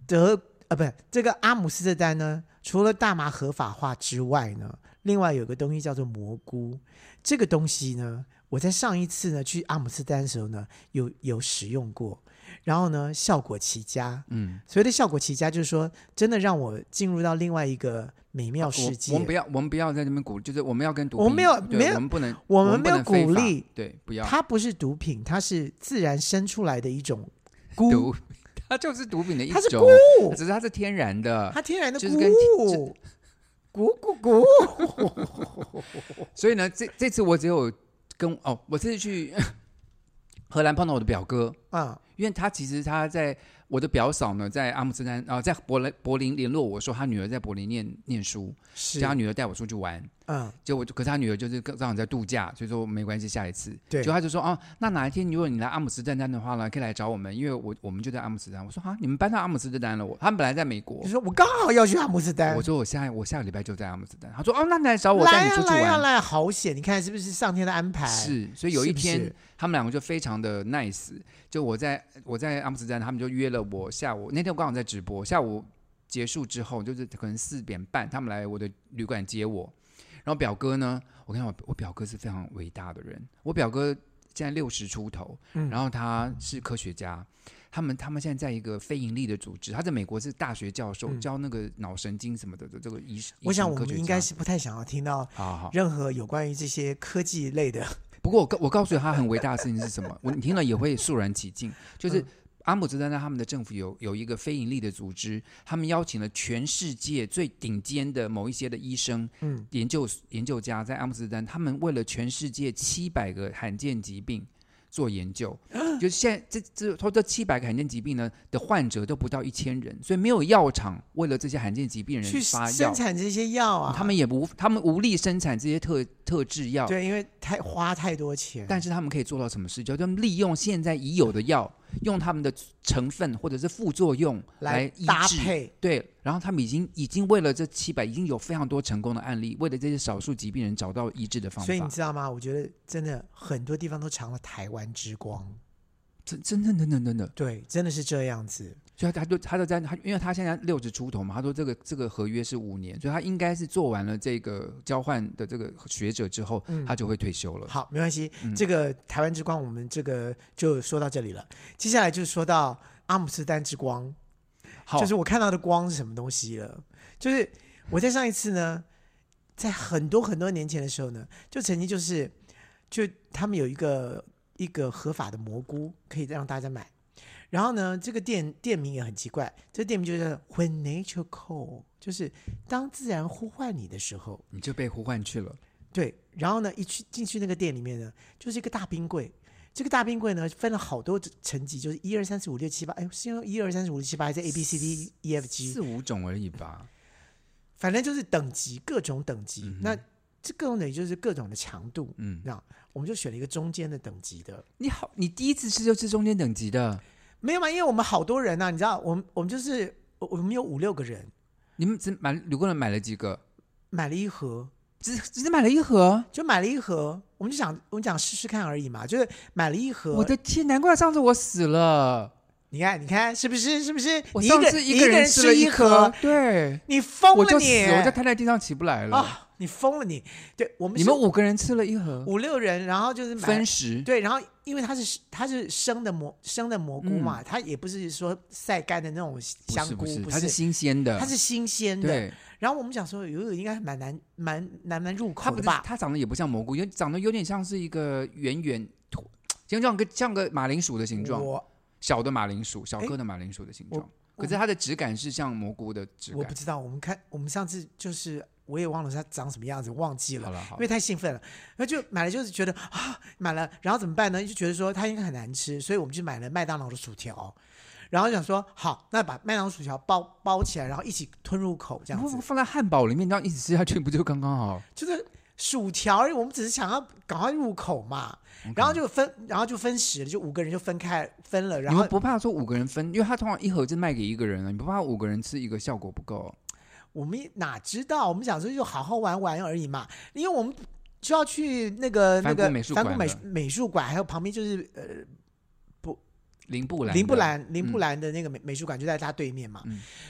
S1: 德啊不是这个阿姆斯特丹呢，除了大麻合法化之外呢，另外有个东西叫做蘑菇，这个东西呢，我在上一次呢去阿姆斯特丹的时候呢，有有使用过，然后呢效果奇佳。
S2: 嗯，
S1: 所谓的效果奇佳，就是说真的让我进入到另外一个美妙世界。
S2: 啊我我们不要，我们不要在那边鼓，就是我们要跟毒品，
S1: 我们没有
S2: 对
S1: 没有
S2: 我们不能，
S1: 我
S2: 我
S1: 们没有
S2: 不能非
S1: 鼓
S2: 法
S1: 励
S2: 对，不要
S1: 它不是毒品，它是自然生出来的一种菇，
S2: 毒， 它就是毒品的一
S1: 它是
S2: 种，
S1: 菇，
S2: 只是它是天然的，
S1: 它天然的
S2: 啊就是
S1: 咕
S2: 跟
S1: 咕咕咕，
S2: 所以呢，这 这次我只有跟哦，我这次去荷兰碰到我的表哥，
S1: 啊，
S2: 因为他其实他在我的表嫂呢，在阿姆斯特丹啊、呃在柏林柏林联络我说，他女儿在柏林念念书，
S1: 是
S2: 叫他女儿带我出去玩。
S1: 嗯，
S2: 结果就可是他女儿就是刚好在度假，所以说没关系，下一次。
S1: 对
S2: 就他就说哦，那哪一天如果你来阿姆斯特丹的话呢，可以来找我们，因为我我们就在阿姆斯特丹。我说啊，你们搬到阿姆斯特丹了？我他们本来在美国
S1: 你。说我刚好要去阿姆斯特丹
S2: 我，说我哦下我下个礼拜就在阿姆斯特丹。他说哦，那你来找我，带
S1: 来
S2: 你
S1: 呀
S2: 出去
S1: 来啊呀
S2: 玩。
S1: 来呀，好险！你看是不是上天的安排？
S2: 是，所以有一
S1: 是不
S2: 天
S1: 是
S2: 他们两个就非常的 nice，就我在我在阿姆斯特丹，他们就约了我下午那天我刚好在直播，下午结束之后就是可能四点半，他们来我的旅馆接我。然后表哥呢，我看我我表哥是非常伟大的人，我表哥现在六十出头，
S1: 嗯
S2: 然后他是科学家。他们他们现在在一个非盈利的组织，他在美国是大学教授，教那个脑神经什么的的这个医。
S1: 嗯我想
S2: 医
S1: 我
S2: 生科
S1: 们
S2: 学
S1: 应该
S2: 家
S1: 是不太想要听到
S2: 好好好
S1: 任何有关于这些科技类的。
S2: 不过我告我告诉你，他很伟大的事情是什么？我你听了也会肃然起敬。就是阿姆斯特丹他们的政府有有一个非盈利的组织，他们邀请了全世界最顶尖的某一些的医生、
S1: 嗯
S2: 研究研究家，在阿姆斯特丹，他们为了全世界七百个罕见疾病。做研究，就是现在这这说这七百个罕见疾病呢的患者都不到一千人，所以没有药厂为了这些罕见疾病人
S1: 去
S2: 发药嗯
S1: 生，产这些药啊，
S2: 他们也无他们无力生产这些特特制药，
S1: 对，因为太花太多钱，
S2: 但是他们可以做到什么事？就是他们利用现在已有的药，用他们的成分或者是副作用
S1: 来
S2: 医
S1: 搭
S2: 治。
S1: 配
S2: 对，然后他们已经已经为了这七百，已经有非常多成功的案例，为了这些少数疾病人找到医治的方
S1: 所以你
S2: 法。
S1: 知道吗？我觉得真的很多地方都尝了台湾之光，
S2: 真真的真的真的，
S1: 对，真的是这样子。
S2: 所以他就他就在他，因为他现在六十出头嘛，他说这个这个合约是五年，所以他应该是做完了这个交换的这个学者之后，他就会退休了。
S1: 嗯好，没关系，这个台湾之光，我们这个就说到这里了。接下来就是说到阿姆斯丹之光，
S2: 好，
S1: 就是我看到的光是什么东西了。就是我在上一次呢，在很多很多年前的时候呢，就曾经就是就他们有一个一个合法的蘑菇可以让大家买，然后呢，这个店店名也很奇怪，这店名就是 When Nature Call，就是当自然呼唤你的时候。
S2: 你就被呼唤去了。
S1: 对，然后呢，一去进去那个店里面呢，就是一个大冰柜。这个大冰柜呢，分了好多层级，就是一二三四五六七八，哎，是用一二三四五六七八，还是 A B C D E F G？
S2: 四五种而已吧，
S1: 反正就是等级，各种等级。那这各种等级就是各种的强度。
S2: 嗯，
S1: 那我们就选了一个中间的等级的，
S2: 你好，你第一次吃就吃中间等级的，
S1: 没有嘛？因为我们好多人呐、啊你知道，我们我们就是我我们有五六个人，
S2: 你们只买刘工人买了几个？
S1: 买了一盒，
S2: 只只是买了一盒。
S1: 就买了一盒，我们就想我们想试试看而已嘛，就是买了一盒。
S2: 我的天，难怪上次我死了。
S1: 你看，你看是不是？是不是？
S2: 我
S1: 你
S2: 上
S1: 个
S2: 次
S1: 你
S2: 一
S1: 一个
S2: 人
S1: 人
S2: 吃了
S1: 吃一
S2: 颗
S1: 盒，，
S2: 对，
S1: 你疯
S2: 我
S1: 了
S2: 就
S1: 你！
S2: 死了，我就瘫在地上起不来了。
S1: 啊，你疯了你！对我们
S2: 你
S1: 是
S2: 们五个人吃了一盒，
S1: 五六人，然后就是买
S2: 分食。
S1: 对，然后因为它是它是生的蘑生的蘑菇嘛，它也不是说晒干的那种
S2: 不
S1: 香
S2: 是
S1: 菇，
S2: 嗯不是，
S1: 不
S2: 它是新鲜的，
S1: 它是新鲜的。
S2: 对，
S1: 然后我们想说，有有应该蛮难蛮难难入口
S2: 它不
S1: 的
S2: 是
S1: 吧？
S2: 它长得也不像蘑菇，因为长得有点像是一个圆圆椭形状，跟像个马铃薯的形状，
S1: 我
S2: 小的马铃薯，小
S1: 哎
S2: 颗的马铃薯的形
S1: 我
S2: 状。可是它的质感是像蘑菇的质
S1: 我
S2: 感
S1: 不。知道，我们看我们上次就是我也忘了它长什么样子，忘记
S2: 好
S1: 了。
S2: 了好
S1: 因
S2: 了
S1: 为，太兴奋了，然后就买了，就是觉得啊，买了，然后怎么办呢？就觉得说它应该很难吃，所以我们就买了麦当劳的薯条，然后想说好，那把麦当劳薯条包包起来，然后一起吞入口，这
S2: 然
S1: 样
S2: 后
S1: 子。
S2: 放在汉堡里面，这样一直吃下去，不就刚刚好？
S1: 就是薯条而已，我们只是想要赶快入口嘛。
S2: 嗯
S1: 然后就分，然后就分食了，就五个人就分开分 了。然
S2: 你
S1: 后
S2: 们不怕说五个人分，因为他通常一盒就卖给一个人了，你不怕五个人吃一个效果不够？
S1: 我们哪知道，我们想说就好好玩玩而已嘛，因为我们就要去那个那
S2: 梵谷
S1: 个
S2: 美术
S1: 梵
S2: 馆
S1: 谷美
S2: 了
S1: 美术馆，还有旁边就是呃
S2: 林布兰，
S1: 林布，兰林布兰的那个美美术馆就在他对面嘛，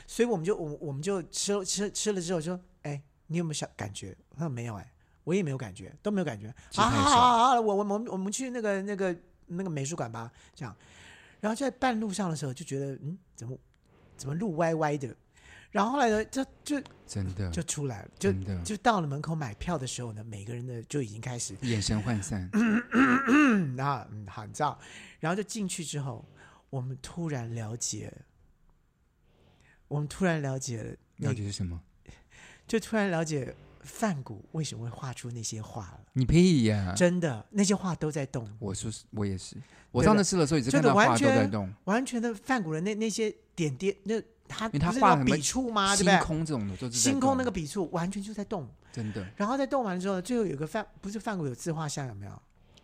S1: 所以我们就我我们就吃了吃吃了之后说，哎，你有没有小感觉？他说没有哎，我也没有感觉，都没有感觉。
S2: 吃
S1: 好
S2: 太
S1: 好
S2: 少
S1: 好好，我我我们我们去那个那个那个美术馆吧，这样。然后就在半路上的时候就觉得，嗯，怎么怎么路歪歪的？然后后来呢，就就
S2: 真的
S1: 就出来了，就
S2: 真的
S1: 就到了门口买票的时候呢，每个人的就已经开始
S2: 眼神涣散，
S1: 嗯，那嗯好，你知道， 然后就进去之后，我们突然了解，我们突然了解了，
S2: 到底是什么？
S1: 就突然了解范谷为什么会画出那些画了。
S2: 你屁呀！
S1: 真的，那些画都在动，
S2: 我说是我也是，我
S1: 对
S2: 上
S1: 的
S2: 次吃的时候也是
S1: 真
S2: 看
S1: 的
S2: 到
S1: 完
S2: 画都
S1: 全
S2: 在动，
S1: 完全的范古人那那些点点，那他
S2: 因为他
S1: 不是
S2: 画
S1: 那
S2: 很
S1: 笔触吗？对不
S2: 星
S1: 对？
S2: 空这种的都是在
S1: 星空那
S2: 动
S1: 个笔触完全就在动，
S2: 真的，
S1: 然后在动完之后，最后有个范，不是范古有自画像有没有？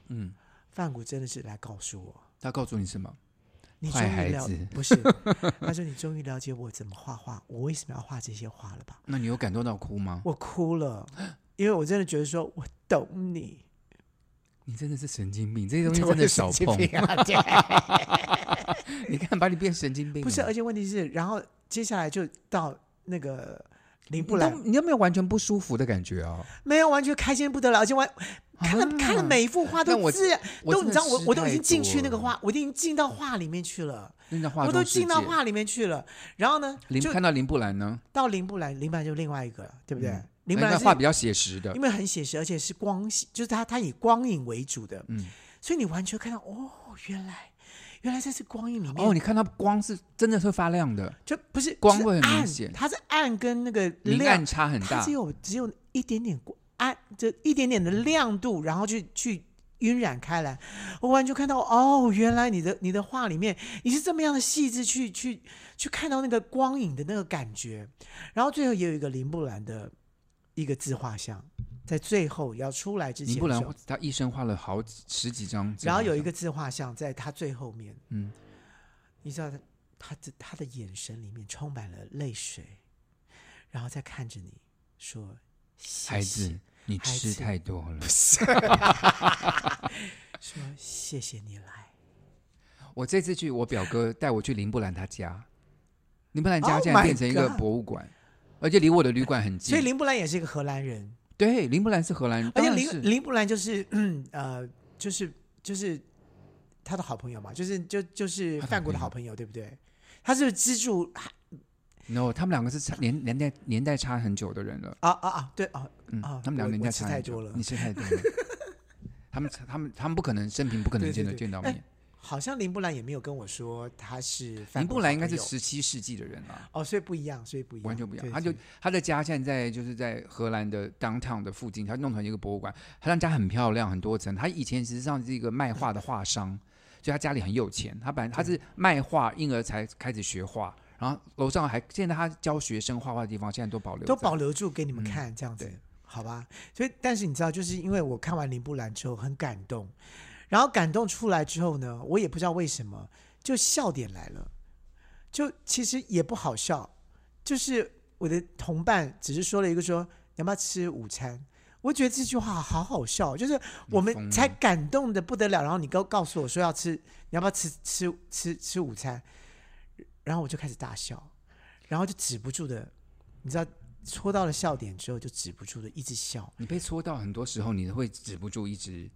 S2: 嗯，
S1: 范古真的是来告诉我，
S2: 他告诉你什么？
S1: 你终
S2: 坏
S1: 于
S2: 孩
S1: 了
S2: 子
S1: 不 是？他说你终于了解我怎么画画，我为什么要画这些画了吧？
S2: 那你有感动到哭吗？
S1: 我哭了，因为我真的觉得说我懂你，
S2: 哎你真的是神经病，这些东西真的少碰。
S1: 啊
S2: 你看，把你变神经病了。
S1: 不是？而且问题是，然后接下来就到那个林布
S2: 你都
S1: 兰，
S2: 你有没有完全不舒服的感觉哦？
S1: 没有完全开心不得了，而且完看了、看了每一幅画
S2: 但
S1: 都
S2: 啊我
S1: 自然，
S2: 我
S1: 都
S2: 真
S1: 你
S2: 的
S1: 知道我
S2: 吃
S1: 我都已
S2: 太
S1: 经进去
S2: 多
S1: 那个
S2: 了
S1: 画，我已经进到画里面去了，
S2: 真的画
S1: 我
S2: 中
S1: 都
S2: 世
S1: 进到
S2: 界
S1: 画里面去了。然后呢，
S2: 林
S1: 就
S2: 看到林布兰呢，
S1: 到林布兰，林布兰就另外一个了，对不对？
S2: 嗯
S1: 林布
S2: 那
S1: 兰是
S2: 画比较写实的
S1: 因，为很写实，而且是光，就是它它以光影为主的，
S2: 嗯。
S1: 所以你完全看到哦，原来原来这是光影里面
S2: 哦，你看它光是真的是发亮的，
S1: 就不是
S2: 光
S1: 是
S2: 会很明
S1: 暗
S2: 显
S1: 它是暗跟那个
S2: 明
S1: 亮
S2: 暗差很
S1: 它
S2: 大
S1: 只。有只有一点点光暗，这一点点的亮度，然后去去晕染开来。我完全看到哦，原来你的你的画里面你是这么样的细致去去去看到那个光影的那个感觉。然后最后也有一个林布兰的一个自画像，在最后要出来之前
S2: 林
S1: 的
S2: 布兰
S1: 时候
S2: 他一生画了好几十几张，
S1: 然后有一个自画像在他最后面，
S2: 嗯，
S1: 你知道他他的他的眼神里面充满了泪水，然后再看着你说：“谢
S2: 孩
S1: 谢
S2: 子，你
S1: 孩
S2: 吃
S1: 子
S2: 太多了。
S1: 说谢谢你来。
S2: 嗯我这次去，我表哥带我去林布兰他家，林布兰家
S1: Oh
S2: 现在
S1: my
S2: 变成一个
S1: God
S2: 博物馆，而且离我的旅馆很近。
S1: 所以林布兰也是一个荷兰人，
S2: 对林布兰是荷兰，
S1: 而
S2: 当
S1: 且
S2: 然
S1: 林
S2: 是
S1: 林布兰就是嗯呃，就是就是他的好朋友嘛，就是就就是
S2: 他的
S1: 范国的
S2: 好
S1: 好朋友，对不对？他是资助
S2: ，no，他们两个是差年年代年代差很久的人了。
S1: 啊啊啊，对啊
S2: 嗯，
S1: 啊，
S2: 他们两
S1: 我
S2: 个年
S1: 我
S2: 代
S1: 吃
S2: 差很
S1: 太
S2: 久
S1: 多了
S2: 你，吃太多了。他们他们他们不可能生平不可能
S1: 对对
S2: 见得
S1: 对
S2: 见到
S1: 哎
S2: 面。
S1: 好像林布兰也没有跟我说他是范
S2: 林
S1: 国
S2: 布
S1: 的
S2: 兰
S1: 好
S2: 应该是
S1: 朋友
S2: 十七世纪的人啊。
S1: 哦，所以不一样，所以不一样，
S2: 完全不一样。
S1: 对
S2: 他就
S1: 对
S2: 他的家现在就是在荷兰的 downtown 的附近，他弄成一个博物馆。他的家很漂亮，很多层。他以前实际上是一个卖画的画商，所以他家里很有钱。他本来他是卖画，因而才开始学画。然后楼上还现在他教学生画画的地方，现在都保留
S1: 都
S2: 着
S1: 保留住给你们
S2: 嗯
S1: 看，这样子
S2: 对，
S1: 好吧？所以，但是你知道，就是因为我看完林布兰之后很感动，然后感动出来之后呢，我也不知道为什么，就笑点来了，就其实也不好笑，就是我的同伴只是说了一个说你要不要吃午餐。我觉得这句话好好笑，就是我
S2: 疯啊
S1: 们
S2: 了
S1: 才感动的不得了，然后你告告诉我说要吃，你要不要吃吃吃吃午餐，然后我就开始大笑，然后就止不住的，你知道，戳到了笑点之后就止不住的一直笑，
S2: 你被戳到，很多时候你会止不住一直。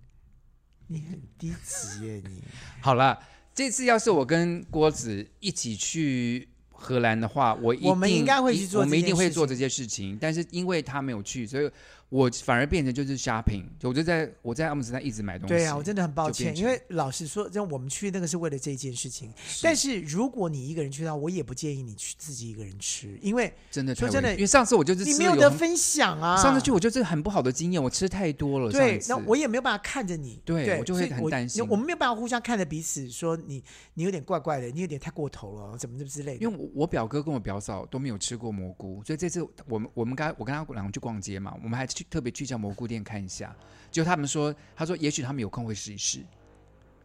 S1: 你很低级 耶你。
S2: 好了，这次要是我跟郭子一起去荷兰的话，我一定
S1: 我们应该会去做
S2: 我们一
S1: 这
S2: 定
S1: 件
S2: 会
S1: 事情
S2: 做这些事情。但是因为他没有去，所以我反而变成就是 shopping，就我就在我在阿姆斯特丹一直买东西。
S1: 对啊，我真的很抱
S2: 就变
S1: 歉，
S2: 成
S1: 因为老实说，像我们去那个是为了这件事情。但是如果你一个人去的话，我也不建议你去自己一个人吃，因为
S2: 真的太
S1: 说真的
S2: 危险因为上次我就是
S1: 你
S2: 吃
S1: 没
S2: 了
S1: 有得
S2: 很
S1: 分享啊。
S2: 上次去我就是很不好的经验，我吃太多了。上一
S1: 对，
S2: 次
S1: 那我也没有办法看着你，
S2: 对
S1: 对
S2: 我就会
S1: 所以
S2: 很
S1: 我
S2: 担心
S1: 我们没有办法互相看着彼此说你你有点怪怪的，你有点太过头了，怎么怎么之类的。
S2: 因为我我表哥跟我表嫂都没有吃过蘑菇，所以这次我们我们刚我跟他两个去逛街嘛，我们还去特别去一家蘑菇店看一下。就他们说，他说也许他们有空会试一试。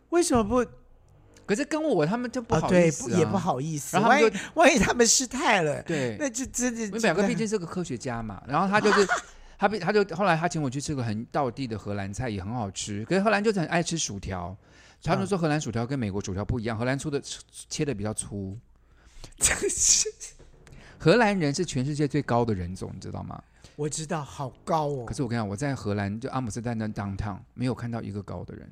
S1: 为什么不
S2: 可是跟我他们就不好意
S1: 啊对，
S2: 思、啊
S1: 不也不。好意思。
S2: 然后他
S1: 万
S2: 们
S1: 一万一他们失态了，
S2: 对
S1: 那就真的
S2: 我们表 哥毕竟是个科学家嘛，然后他就是他被他就后来他请我去吃个很道地的荷兰菜，也很好吃。可是荷兰就是很爱吃薯条，他
S1: 嗯
S2: 们说荷兰薯条跟美国薯条不一样，荷兰粗的切的比较粗。荷兰人是全世界最高的人种，你知道吗？
S1: 我知道好高哦
S2: 可。是我跟你讲，我在荷兰就阿姆斯特丹的 downtown 没有看到一个高的人，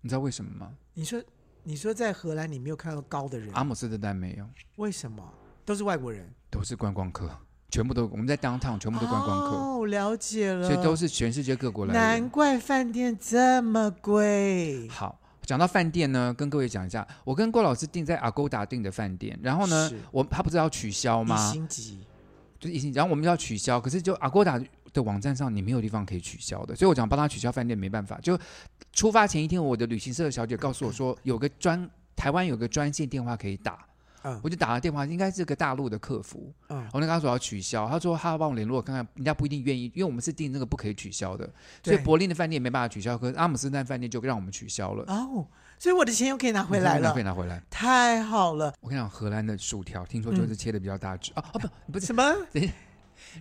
S2: 你知道为什么吗？
S1: 你说你说在荷兰你没有看到高的人，
S2: 阿姆斯特丹没有，
S1: 为什么？都是外国人，
S2: 都是观光客，全部都我们在 downtown 全部都观光客。
S1: 哦，了解了，
S2: 所以都是全世界各国来的
S1: 难
S2: 人。
S1: 怪饭店这么贵。
S2: 好，讲到饭店呢，跟各位讲一下，我跟郭老师订在 Agoda 订的饭店，然后呢
S1: 是，
S2: 我他不是要取消
S1: 一
S2: 吗？
S1: 星级
S2: 就是疫情，然后我们就要取消，可是就 Agoda 的网站上你没有地方可以取消的，所以我想帮他取消饭店没办法。就出发前一天，我的旅行社的小姐告诉我说，有个专台湾有个专线电话可以打，
S1: 嗯
S2: 我就打了电话，应该是个大陆的客服，
S1: 嗯
S2: 我就跟他说我要取消，他说他要帮我联络看看，人家不一定愿意，因为我们是订那个不可以取消的，所以
S1: 对
S2: 柏林的饭店没办法取消，可是阿姆斯特丹饭店就让我们取消了，
S1: 哦，所以我的钱又可以拿回
S2: 你
S1: 来
S2: 看拿
S1: 了
S2: 回，来拿回来。
S1: 太好了！
S2: 我跟你讲，荷兰的薯条听说
S1: 嗯
S2: 就是切的比较大只、啊，哦不不是
S1: 什，么
S2: 等一下？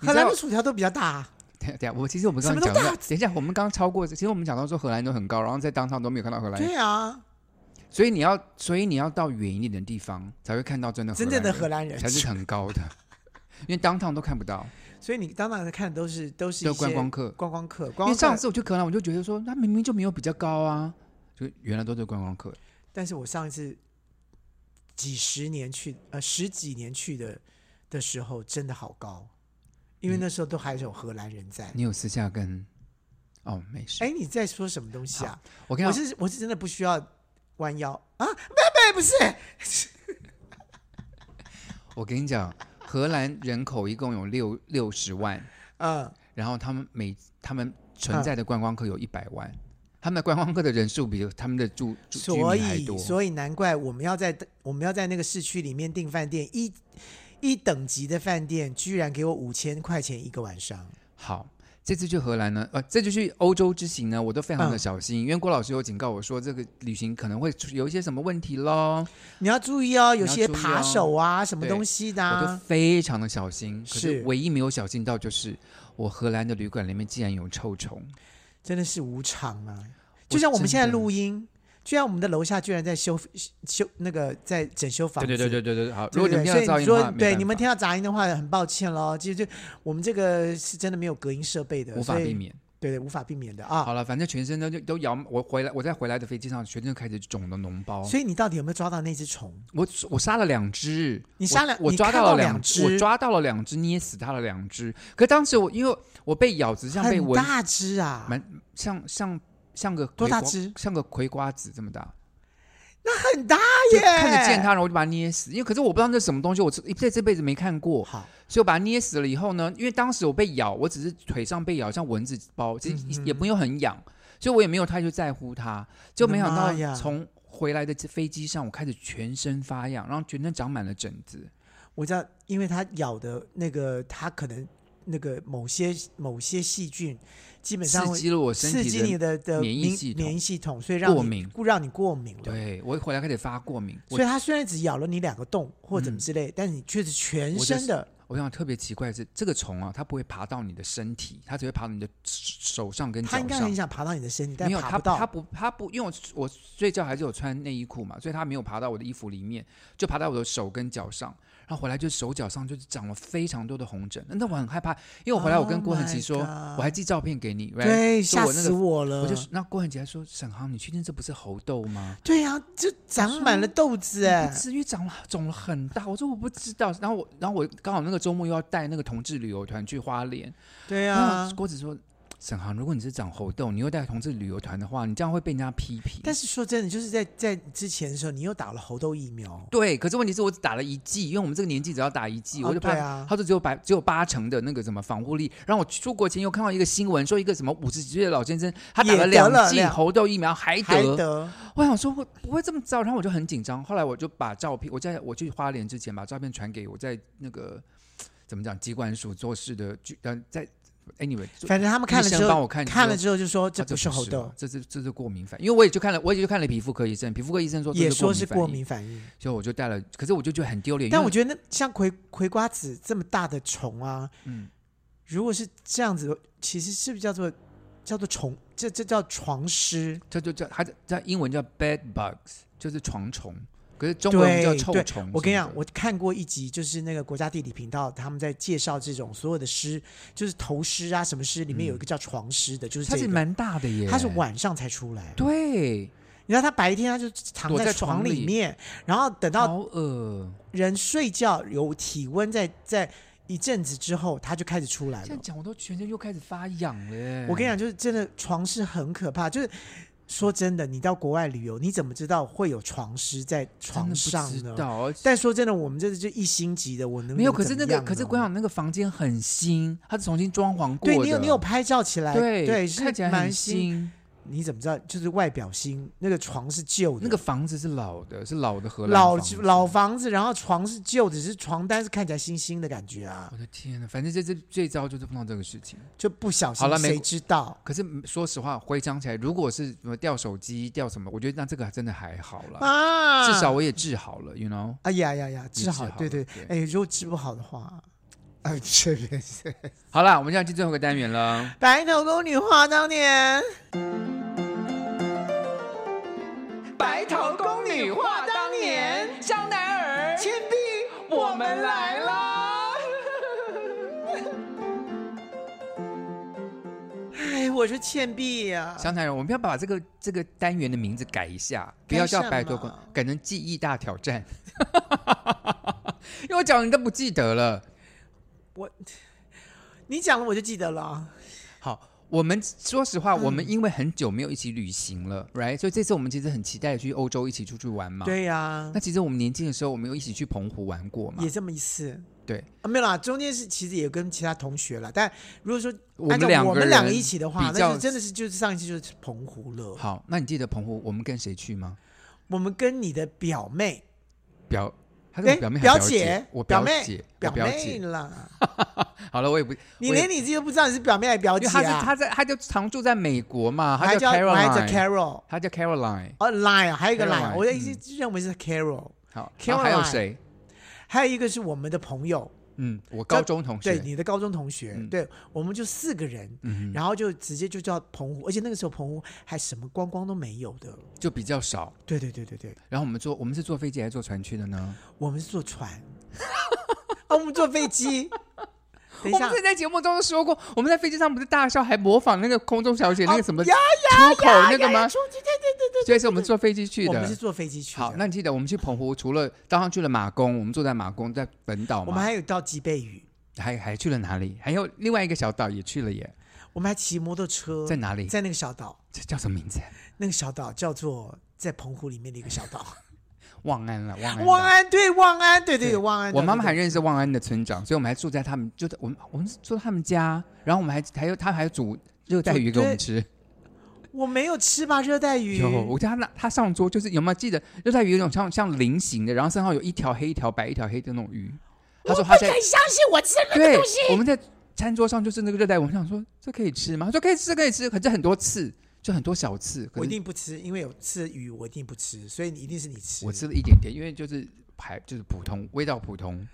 S1: 荷兰
S2: 你
S1: 的
S2: 知
S1: 薯条都比较大啊、
S2: 等一下等一下，我其实我们刚刚
S1: 什么
S2: 讲
S1: 都
S2: 到，
S1: 大
S2: 等一下我们刚刚超过，其实我们讲到说荷兰都很高，然后在当场都没有看到荷兰人，
S1: 对啊，
S2: 所以你要所以你要到远一点的地方才会看到真的
S1: 真正的荷兰人
S2: 才是很高的，因为当场都看不到。
S1: 所以你当然看的都是都是一
S2: 都
S1: 些
S2: 观光客
S1: 观光客，
S2: 因
S1: 观
S2: 为
S1: 光
S2: 上
S1: 客。
S2: 次我去荷兰，我就觉得说，那明明就没有比较高啊，就原来都是观光客。
S1: 但是我上一次几十年去，呃，十几年去的的时候，真的好高，因为那时候都还有荷兰人在。
S2: 你有私下跟哦没事，
S1: 哎，你在说什么东西啊？
S2: 我跟
S1: 我
S2: 你讲，
S1: 是我是真的不需要弯腰啊，贝贝不是，
S2: 我跟你讲，荷兰人口一共有六六十万，
S1: 嗯，
S2: 然后他们每他们存在的观光客有一百万，他们的观光客的人数比他们的住住居
S1: 所
S2: 民还
S1: 以
S2: 多。
S1: 所以难怪我们要在我们要在那个市区里面订饭店，一一等级的饭店居然给我五千块钱一个晚上，
S2: 好，这次去荷兰呢，呃，这次去欧洲之行呢，我都非常的
S1: 嗯
S2: 小心，因为郭老师有警告我说，这个旅行可能会出有一些什么问题喽，
S1: 你要注意哦，有
S2: 你要
S1: 些
S2: 注意哦
S1: 扒手啊，什么
S2: 对
S1: 东西的、
S2: 我都
S1: 啊，
S2: 非常的小心。可是
S1: 是
S2: 唯一没有小心到就是，我荷兰的旅馆里面竟然有臭虫，
S1: 真的是无常啊！
S2: 我
S1: 就像我们现在
S2: 真的
S1: 录音，就像我们的楼下居然在修修那个在整修房
S2: 对
S1: 子，
S2: 对对对对对，好，
S1: 对
S2: 如果
S1: 不
S2: 你
S1: 对。
S2: 们听
S1: 所
S2: 到
S1: 以
S2: 噪
S1: 你
S2: 音的
S1: 说
S2: 话，没
S1: 对
S2: 办
S1: 你们
S2: 法
S1: 听到杂音的话，很抱歉喽。其实就我们这个是真的没有隔音设备的，
S2: 无法
S1: 所以
S2: 避，免。
S1: 对对，无法避免的啊。
S2: 好了，反正全身都就都咬，我回来我在回来的飞机上，全身开始肿的脓包。
S1: 所以你到底有没有抓到那只虫？
S2: 我我杀了两只，
S1: 你杀了
S2: 我我
S1: 你
S2: 抓
S1: 看
S2: 了
S1: 到两
S2: 只，我
S1: 只
S2: 抓到了两只，捏死它了两只。可当时我因为我被咬，只是像被
S1: 很
S2: 蚊，
S1: 大只啊，
S2: 蛮像像像个
S1: 多
S2: 葵
S1: 大
S2: 瓜
S1: 只
S2: 像个葵瓜子这么大，
S1: 很大
S2: 就
S1: 耶，
S2: 看得见它，然后我就把它捏死。因为可是我不知道那是什么东西，我这这这辈子没看过，
S1: 好，
S2: 所以我把它捏死了以后呢，因为当时我被咬，我只是腿上被咬，像蚊子包，其
S1: 嗯
S2: 实也没有很痒，所以我也没有太去在乎它。就没想
S1: 我的妈
S2: 到
S1: 呀
S2: 从回来的飞机上，我开始全身发痒，然后全身长满了疹子。
S1: 我知道，因为它咬的那个，它可能那个某些某些细菌，基本上
S2: 刺
S1: 会
S2: 激了我身体
S1: 刺激你的的
S2: 免疫系统
S1: 免疫系统，所以让
S2: 过
S1: 你
S2: 敏
S1: 故让你过敏了。
S2: 对我一回来开始发过敏，我嗯
S1: 所以它虽然只咬了你两个洞或怎么之类，但你却是全身的。
S2: 我想特别奇怪的是，这个虫啊，它不会爬到你的身体，它只会爬到你的手上跟
S1: 它应
S2: 脚
S1: 该很
S2: 上。
S1: 想爬到你的身体，但
S2: 没有，
S1: 爬
S2: 它
S1: 不到。
S2: 它不它不，因为我我睡觉还是有穿内衣裤嘛，所以它没有爬到我的衣服里面，就爬到我的手跟脚上。然后回来就手脚上就是长了非常多的红疹，那我很害怕，因为我回来我跟
S1: Oh
S2: 郭恒琪说
S1: my
S2: 我还寄照片给你，
S1: 对，
S2: right？说
S1: 吓
S2: 我那
S1: 死
S2: 个，
S1: 我了！
S2: 我就那郭恒琪还说沈航，你确定这不是猴痘吗？
S1: 对呀、就长满了豆子哎
S2: 不。至于长了肿了很大，我说我不知道。然后我，然后我刚好那个周末又要带那个同志旅游团去花莲，
S1: 对啊呀、
S2: 然后郭子说，沈航，如果你是长猴痘，你又带同志旅游团的话，你这样会被人家批评。
S1: 但
S2: 是
S1: 是说真的，就是在在之前的时候，你又打了猴痘疫苗，
S2: 对，可是问题是我只打了一剂，因为我们这个年纪只要打一剂，
S1: 哦
S2: 我就怕
S1: 对啊
S2: 他说只有百只有八成的那个什么防护力。然后我出国前又看到一个新闻，说一个什么五十几岁的老先生，他打
S1: 也
S2: 了
S1: 得
S2: 两
S1: 了
S2: 剂
S1: 两
S2: 猴痘疫苗还
S1: 还得
S2: 我想说会不会这么糟，然后我就很紧张。后来我就把照片，我在我去花莲之前把照片传给我在那个怎么讲机关署做事的居，呃，在 anyway，做
S1: 反正他们看了
S2: 医生
S1: 之后，
S2: 帮我看
S1: 看
S2: 之
S1: 了之后
S2: 后
S1: 就说这
S2: 啊
S1: 不是猴痘
S2: 吧，这是这是过敏反应，因为我也去看了，我也去看了皮肤科医生，皮肤科医生说这
S1: 也说是
S2: 过
S1: 过
S2: 反应
S1: 敏，反应。
S2: 所以我就带了，可是我就觉得很丢脸。
S1: 但
S2: 因为
S1: 我觉得那像葵葵瓜子这么大的虫啊，
S2: 嗯
S1: 如果是这样子，其实是不是叫做叫做虫？这这叫床虱？
S2: 这就叫它在英文叫 bed bugs，就是床虫，可是中文我们
S1: 对
S2: 叫臭
S1: 对
S2: 虫。
S1: 我跟你讲，我看过一集，就是那个国家地理频道他们在介绍这种所有的虱，就是头虱啊什么虱，里面有一个叫床虱的，就是
S2: 它
S1: 这
S2: 是
S1: 个。
S2: 蛮大的耶，
S1: 它是晚上才出来，
S2: 对，
S1: 你知道它白天它就躺
S2: 躲在
S1: 床
S2: 床里
S1: 里面，然后等到
S2: 好恶。
S1: 人睡觉有体温在在一阵子之后，它就开始出来
S2: 这
S1: 了
S2: 样。讲，我都全身又开始发痒了耶。
S1: 我跟你讲，就是真的床是很可怕，就是说真的，你到国外旅游，你怎么知道会有床师在床上
S2: 真的不
S1: 呢
S2: 知？道，而且
S1: 但说真的，我们这就一星级的，我能
S2: 没有。
S1: 能
S2: 可是
S1: 怎
S2: 那
S1: 么
S2: 个，
S1: 样呢
S2: 可是我想那个房间很新，它是重新装潢过的。
S1: 对你有你有拍照起来，
S2: 对
S1: 是
S2: 看起来
S1: 蛮
S2: 很
S1: 新。
S2: 新。
S1: 你怎么知道？就是外表新，那个床是旧的，
S2: 那个房子是老的，是老的荷兰
S1: 老
S2: 房子
S1: 老房子，然后床是旧的，只是床单是看起来新新的感觉啊
S2: 我，的天呐，反正这次最糟就是碰到这个事情。
S1: 就不小心
S2: 好了没
S1: 谁知道？
S2: 可是嗯说实话，回想起来，如果是什么掉手机、掉什么，我觉得那这个真的还好了，
S1: 啊，
S2: 至少我也治好了，you know。
S1: 哎呀呀呀，治
S2: 治
S1: 好，
S2: 好
S1: 对
S2: 了
S1: 对，哎，
S2: 对
S1: 如果治不好的话，啊，这边是
S2: 好了，我们现在进最后一个单元了。
S1: 白头宫女话当年，
S5: 白头宫女话当年，香奈儿、倩碧，我们来啦！
S1: 哎，我是倩碧呀、
S2: 香奈儿，我们要把这个这个单元的名字改一下，不要叫
S1: 改什么
S2: 白头宫，改成记忆大挑战。 因为我讲了你都不记得了。
S1: 你讲了我就记得
S2: 啊
S1: 了。
S2: 好，我们说实话，我
S1: 嗯
S2: 们因为很久没有一起旅行了，right？所以这次我们其实很期待去欧洲一起出去玩嘛。。
S1: 对呀、
S2: 那其实我们年轻的时候，我们有一起去澎湖玩过嘛
S1: 也？这么一次。
S2: 对
S1: 啊，没有啦，中间是其实也有跟其他同学啦，但如果说
S2: 我
S1: 按
S2: 们
S1: 照
S2: 两
S1: 我
S2: 个
S1: 们两个
S2: 人
S1: 一起的话，
S2: 比
S1: 那
S2: 较
S1: 就真的是就是上一次就是澎湖了。
S2: 好，那你记得澎湖我们跟谁去吗？
S1: 我们跟你的表妹，
S2: 表，她是
S1: 哎，
S2: 我表妹还是
S1: 表
S2: 姐，我
S1: 表
S2: 姐
S1: 妹，，
S2: 我
S1: 表
S2: 表
S1: 妹
S2: 姐。
S1: 啦，
S2: 好了，我也不，
S1: 你
S2: 我也
S1: 连你自己都不知道你是表妹还是表姐
S2: 因为她是
S1: 啊？
S2: 她在，她就常住在美国嘛，
S1: 我
S2: 她
S1: 还
S2: 叫
S1: 我还叫
S2: Caroline，
S1: Carol，
S2: 她叫 Caroline。
S1: 哦，Line，还有一个
S2: Caroline，
S1: Line，我一
S2: 嗯
S1: 直认为是 Carol，
S2: 好，然后还有
S1: Caroline
S2: 谁？
S1: 还有一个是我们的朋友，
S2: 嗯，我高中同
S1: 对，
S2: 学。
S1: 你的高中同学，
S2: 嗯
S1: 对，我们就四个人，
S2: 嗯哼，
S1: 然后就直接就叫澎湖，而且那个时候澎湖还什么观光都没有的。
S2: 就比较少。
S1: 对对对对对，
S2: 然后我们坐，我们是坐飞机还是坐船去的呢？
S1: 我们是坐船， 啊，我们坐飞 机。等一
S2: 我
S1: 下
S2: 们之，前在节目中说过，我们在飞机上不是大笑，还模仿那个空中小姐那
S1: 哦
S2: 个什么
S1: 呀
S2: 出口那个吗？
S1: 出去，对对对对，
S2: 所以是我们坐飞机去
S1: 我们是
S2: 的。
S1: 坐飞机去的。
S2: 好，那你记得我们去澎湖，除了当上去了马公，我们坐在马公在本岛
S1: 我们
S2: 嘛，
S1: 还有到吉贝屿，
S2: 还还去了哪里？还有另外一个小岛也去了耶，
S1: 我们还骑摩托车，
S2: 呃在哪里？
S1: 在那个小岛，
S2: 这叫什么名字？
S1: 那个小岛叫做在澎湖里面的一个小岛，
S2: 望安 了，望安。
S1: 望。安，对，望安，对对
S2: 哎对
S1: 对，望安。
S2: 我妈妈还
S1: 对对
S2: 认识望安的村长，所以我们还住在他们，就在我们我们是住在他们家，然后我们还还有他还煮热带鱼给我们吃。
S1: 我没有吃吧热带鱼，
S2: 有，我记得他那他上桌就是有没有记得热带鱼有一种像像菱形的，然后身上有一条黑一条白一条黑的那种鱼。他说他在
S4: 相信我吃了
S2: 对，我们在餐桌上就是那个热带鱼，我们想说这可以吃吗？他说可以吃，可以吃，可是很多刺，就很多小刺。可
S1: 我一
S2: 是
S1: 定不吃，因为有吃鱼我一定不吃，所以你一定是你吃。
S2: 我吃了一点点，因为就是还就是普通，味道普通。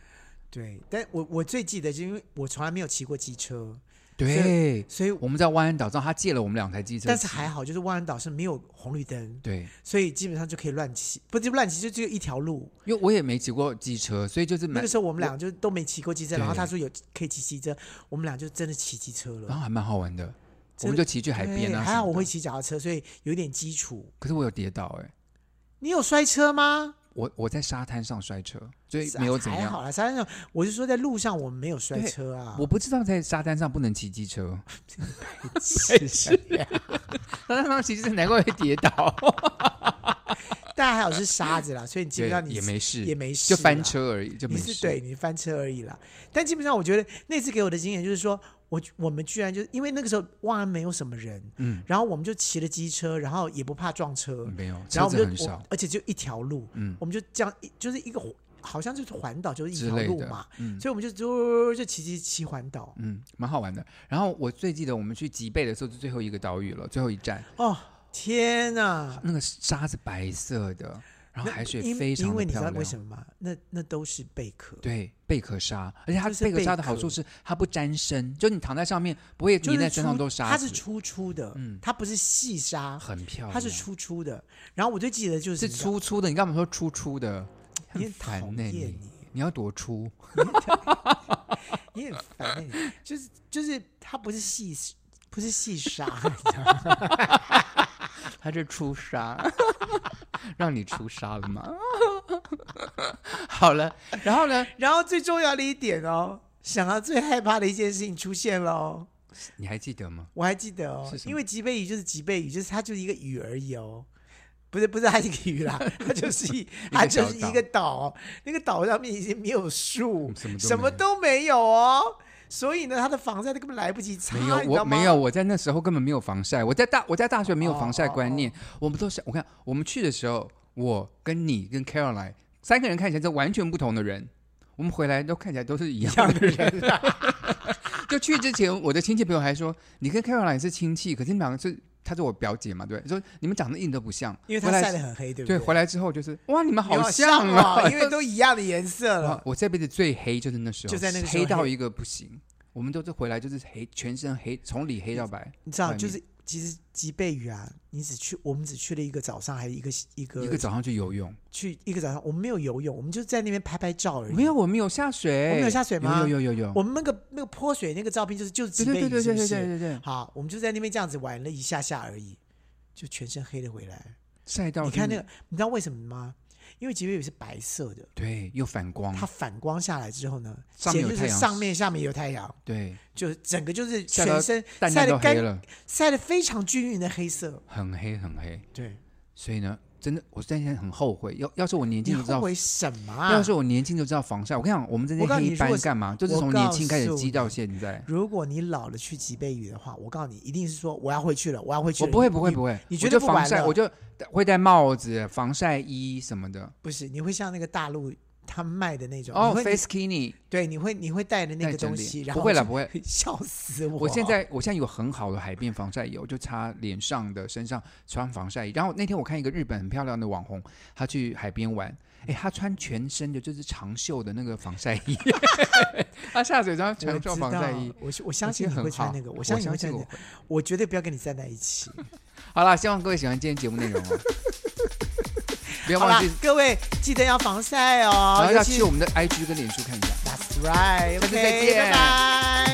S1: 对，但我我最记得是因为我从来没有骑过机车，
S2: 对，
S1: 所以
S2: 我们在湾岸岛上，他借了我们两台机车骑，
S1: 但是还好，就是万安岛是没有红绿灯，
S2: 对，
S1: 所以基本上就可以乱骑，不是乱骑，就只有一条路。
S2: 因为我也没骑过机车，所以就是蛮
S1: 那个时候我们俩就都没骑过机车，
S2: 对啊
S1: 然后他说有可以骑机车，我们俩就真的骑机车
S2: 然
S1: 了。
S2: 后还蛮好玩的。我
S1: 真
S2: 们就骑去海边
S1: 对
S2: 啊，
S1: 还好我会
S2: 骑，
S1: 骑脚踏车，所以有点基础。
S2: 可是我有跌倒哎、
S1: 你有摔车吗？
S2: 我我在沙滩上摔车，所以没有怎
S1: 还
S2: 样
S1: 好。啦，山上我是说在路上我们没有摔车啊。
S2: 我不知道在沙滩上不能骑机 车，
S1: 是，
S2: 沙滩上骑机车难怪会跌倒，
S1: 但还好是沙子 啦，所以基本
S2: 对
S1: 上，你
S2: 也没事，
S1: 也没事，
S2: 就翻。车而已，就没
S1: 你
S2: 事
S1: 是。对，你翻车而已啦。但基本上，我觉得那次给我的经验就是说，我我们居然就因为那个时候万安没有什么人，
S2: 嗯，
S1: 然后我们就骑了机车，然后也不怕撞车，
S2: 没有，
S1: 然
S2: 车
S1: 后我
S2: 子
S1: 们
S2: 很
S1: 就
S2: 少
S1: 我而且就一条路，
S2: 嗯
S1: 我们就这样一就是一个好像就是环岛就是一
S2: 之
S1: 条
S2: 类
S1: 路
S2: 的
S1: 嘛，，
S2: 嗯
S1: 所以我们就就就骑骑骑环岛
S2: 嗯，蛮好玩的。然后我最记得我们去吉贝的时候是最后一个岛屿了，最后一站，
S1: 哦。天呐！
S2: 那个沙是白色的，然后海水
S1: 因
S2: 非常
S1: 因
S2: 的
S1: 为你知
S2: 漂
S1: 道
S2: 亮。
S1: 为什么吗？那那都是贝壳，
S2: 对，贝壳沙，而且它
S1: 就是
S2: 贝壳
S1: 贝
S2: 沙的好处
S1: 壳
S2: 是它不沾身，就你躺在上面不会
S1: 就是
S2: 粘在身上
S1: 粗
S2: 都是沙
S1: 它
S2: 子，
S1: 是粗粗的，
S2: 嗯
S1: 它不是细沙，
S2: 很漂亮。
S1: 它是粗粗的。然后我最记得就是
S2: 是
S1: 你知道
S2: 粗粗的，你干嘛说粗粗的？
S1: 你
S2: 很
S1: 很讨
S2: 烦
S1: 厌
S2: 呢、
S1: 你
S2: 你，你要多粗？
S1: 你很烦欸 你，就是就是它不是细不是细 沙，你知道吗
S2: 他是出沙， 让你出沙了吗？ 好了，然后呢？
S1: 然后最重要的一点哦，想到最害怕的一件事情出现了哦，
S2: 你还记得吗？
S1: 我还记得哦
S2: 是，什么
S1: 因为脊背鱼就是脊背鱼，就是它就是一个鱼而已哦，不是不是它是一个 鱼啦，它就是一它就是一个岛，那个岛上面已经没有树，
S2: 什么都
S1: 什么
S2: 没有
S1: 都没有哦，所以呢，它的防晒都根本来不及擦，
S2: 没有
S1: 啊你，知道
S2: 我
S1: 吗
S2: 没有，，我在那时候根本没有防晒。我在大我在大学没有防晒
S1: 哦哦
S2: 观念。我们都是我看我们去的时候，我跟你跟 Caroline 三个人看起来是完全不同的人。我们回来都看起来都是一样的人。 就去之前，我的亲戚朋友还说，你跟 Caroline 是亲戚，可是你们两个是她是我表姐嘛，对不对，说你们长得一点都不像。
S1: 因为它
S2: 回来
S1: 晒得很黑，对不对？
S2: 对，回来之后就是哇，你们
S1: 有
S2: 好
S1: 像
S2: 啊，
S1: 哦，因为都一样的颜 色
S2: 哇
S1: 了，
S2: 我这辈子最黑就是那时候，
S1: 就在那个时候
S2: 黑到
S1: 黑
S2: 一个不行。我们都是回来就是黑，全身黑，从里黑到白，
S1: 你知道，
S2: 外面
S1: 就是其实脊背鱼啊，你只去我们只去了一个早上，还有一个一个
S2: 一个早上去游泳。
S1: 去一个早上，我们没有游泳，我们就在那边拍拍照而已，
S2: 没有，我们有下水，
S1: 我们有下水吗
S2: 有有有有有。
S1: 我们那个那个泼水那个照片就是就是脊
S2: 对对
S1: 背
S2: 哦对
S1: 鱼，是
S2: 对对
S1: 不
S2: 对对
S1: 是？
S2: 对对，
S1: 好，我们就在那边这样子玩了一下下而已，就全身黑了回来。
S2: 晒到
S1: 你看那
S2: 个，
S1: 个，你知道为什么吗？因为脊背鱼是白色的，
S2: 对，又反光
S1: 它，反光下来之后呢，
S2: 嗯上
S1: 简
S2: 面有
S1: 直
S2: 太
S1: 是
S2: 阳
S1: 上面下面有太阳，
S2: 对，
S1: 就是整个就是
S2: 晒到
S1: 全身
S2: 蛋
S1: 晒
S2: 蛋
S1: 得
S2: 都黑
S1: 干，
S2: 了，
S1: 晒得非常均匀的黑色。
S2: 很黑很黑。
S1: 对，
S2: 所以呢，真的，我现在很后悔，要要是我年
S1: 你
S2: 轻就知道
S1: 后，悔什么啊？
S2: 要是我年轻就知道防晒。我跟你讲，我们这些
S1: 我告诉你
S2: 黑
S1: 如
S2: 斑
S1: 果是
S2: 干嘛，就是
S1: 我
S2: 从
S1: 告
S2: 年轻开始
S1: 诉
S2: 积
S1: 你
S2: 到现在。
S1: 如果你老了去脊背鱼的话，我告诉你，一定是说我要回去了，我要回去
S2: 我
S1: 了。
S2: 不会
S1: 你
S2: 不会
S1: 你
S2: 不会，
S1: 你
S2: 我
S1: 绝
S2: 就
S1: 对不
S2: 防
S1: 玩
S2: 晒，
S1: 了
S2: 我就会戴帽子、防晒衣什么的。
S1: 不是，你会像那个大陆他们卖的那种
S2: 哦
S1: 你会
S2: ，face skinny，
S1: 对，你会你会带着那
S2: 带
S1: 个
S2: 着
S1: 东
S2: 脸
S1: 西，然
S2: 不
S1: 后
S2: 会啦
S1: 就
S2: 不会，
S1: 笑死我！
S2: 我现在我现在有很好的海边防晒油，就擦脸上的、身上穿防晒衣。然后那天我看一个日本很漂亮的网红，她去海边玩，哎，她穿全身的就是长袖的那个防晒衣， 她下水穿
S1: 我
S2: 长袖
S1: 知
S2: 防晒衣
S1: 道，，我是我
S2: 我
S1: 相信你
S2: 很
S1: 会穿
S2: 好
S1: 那个，
S2: 我
S1: 我相信你会
S2: 信
S1: 穿
S2: 我
S1: 那
S2: 会
S1: 个，。我绝对不要跟你站在一 起。
S2: 好啦，希望各位喜欢今天节目内容 哦，不要
S1: 好啦
S2: 忘记，
S1: 各位记得要防晒哦
S2: 然，后
S1: 尤
S2: 要
S1: 其
S2: 去我们的 IG 跟脸书看一下。
S1: That's right，OK，、
S2: 下次再见
S1: 拜拜。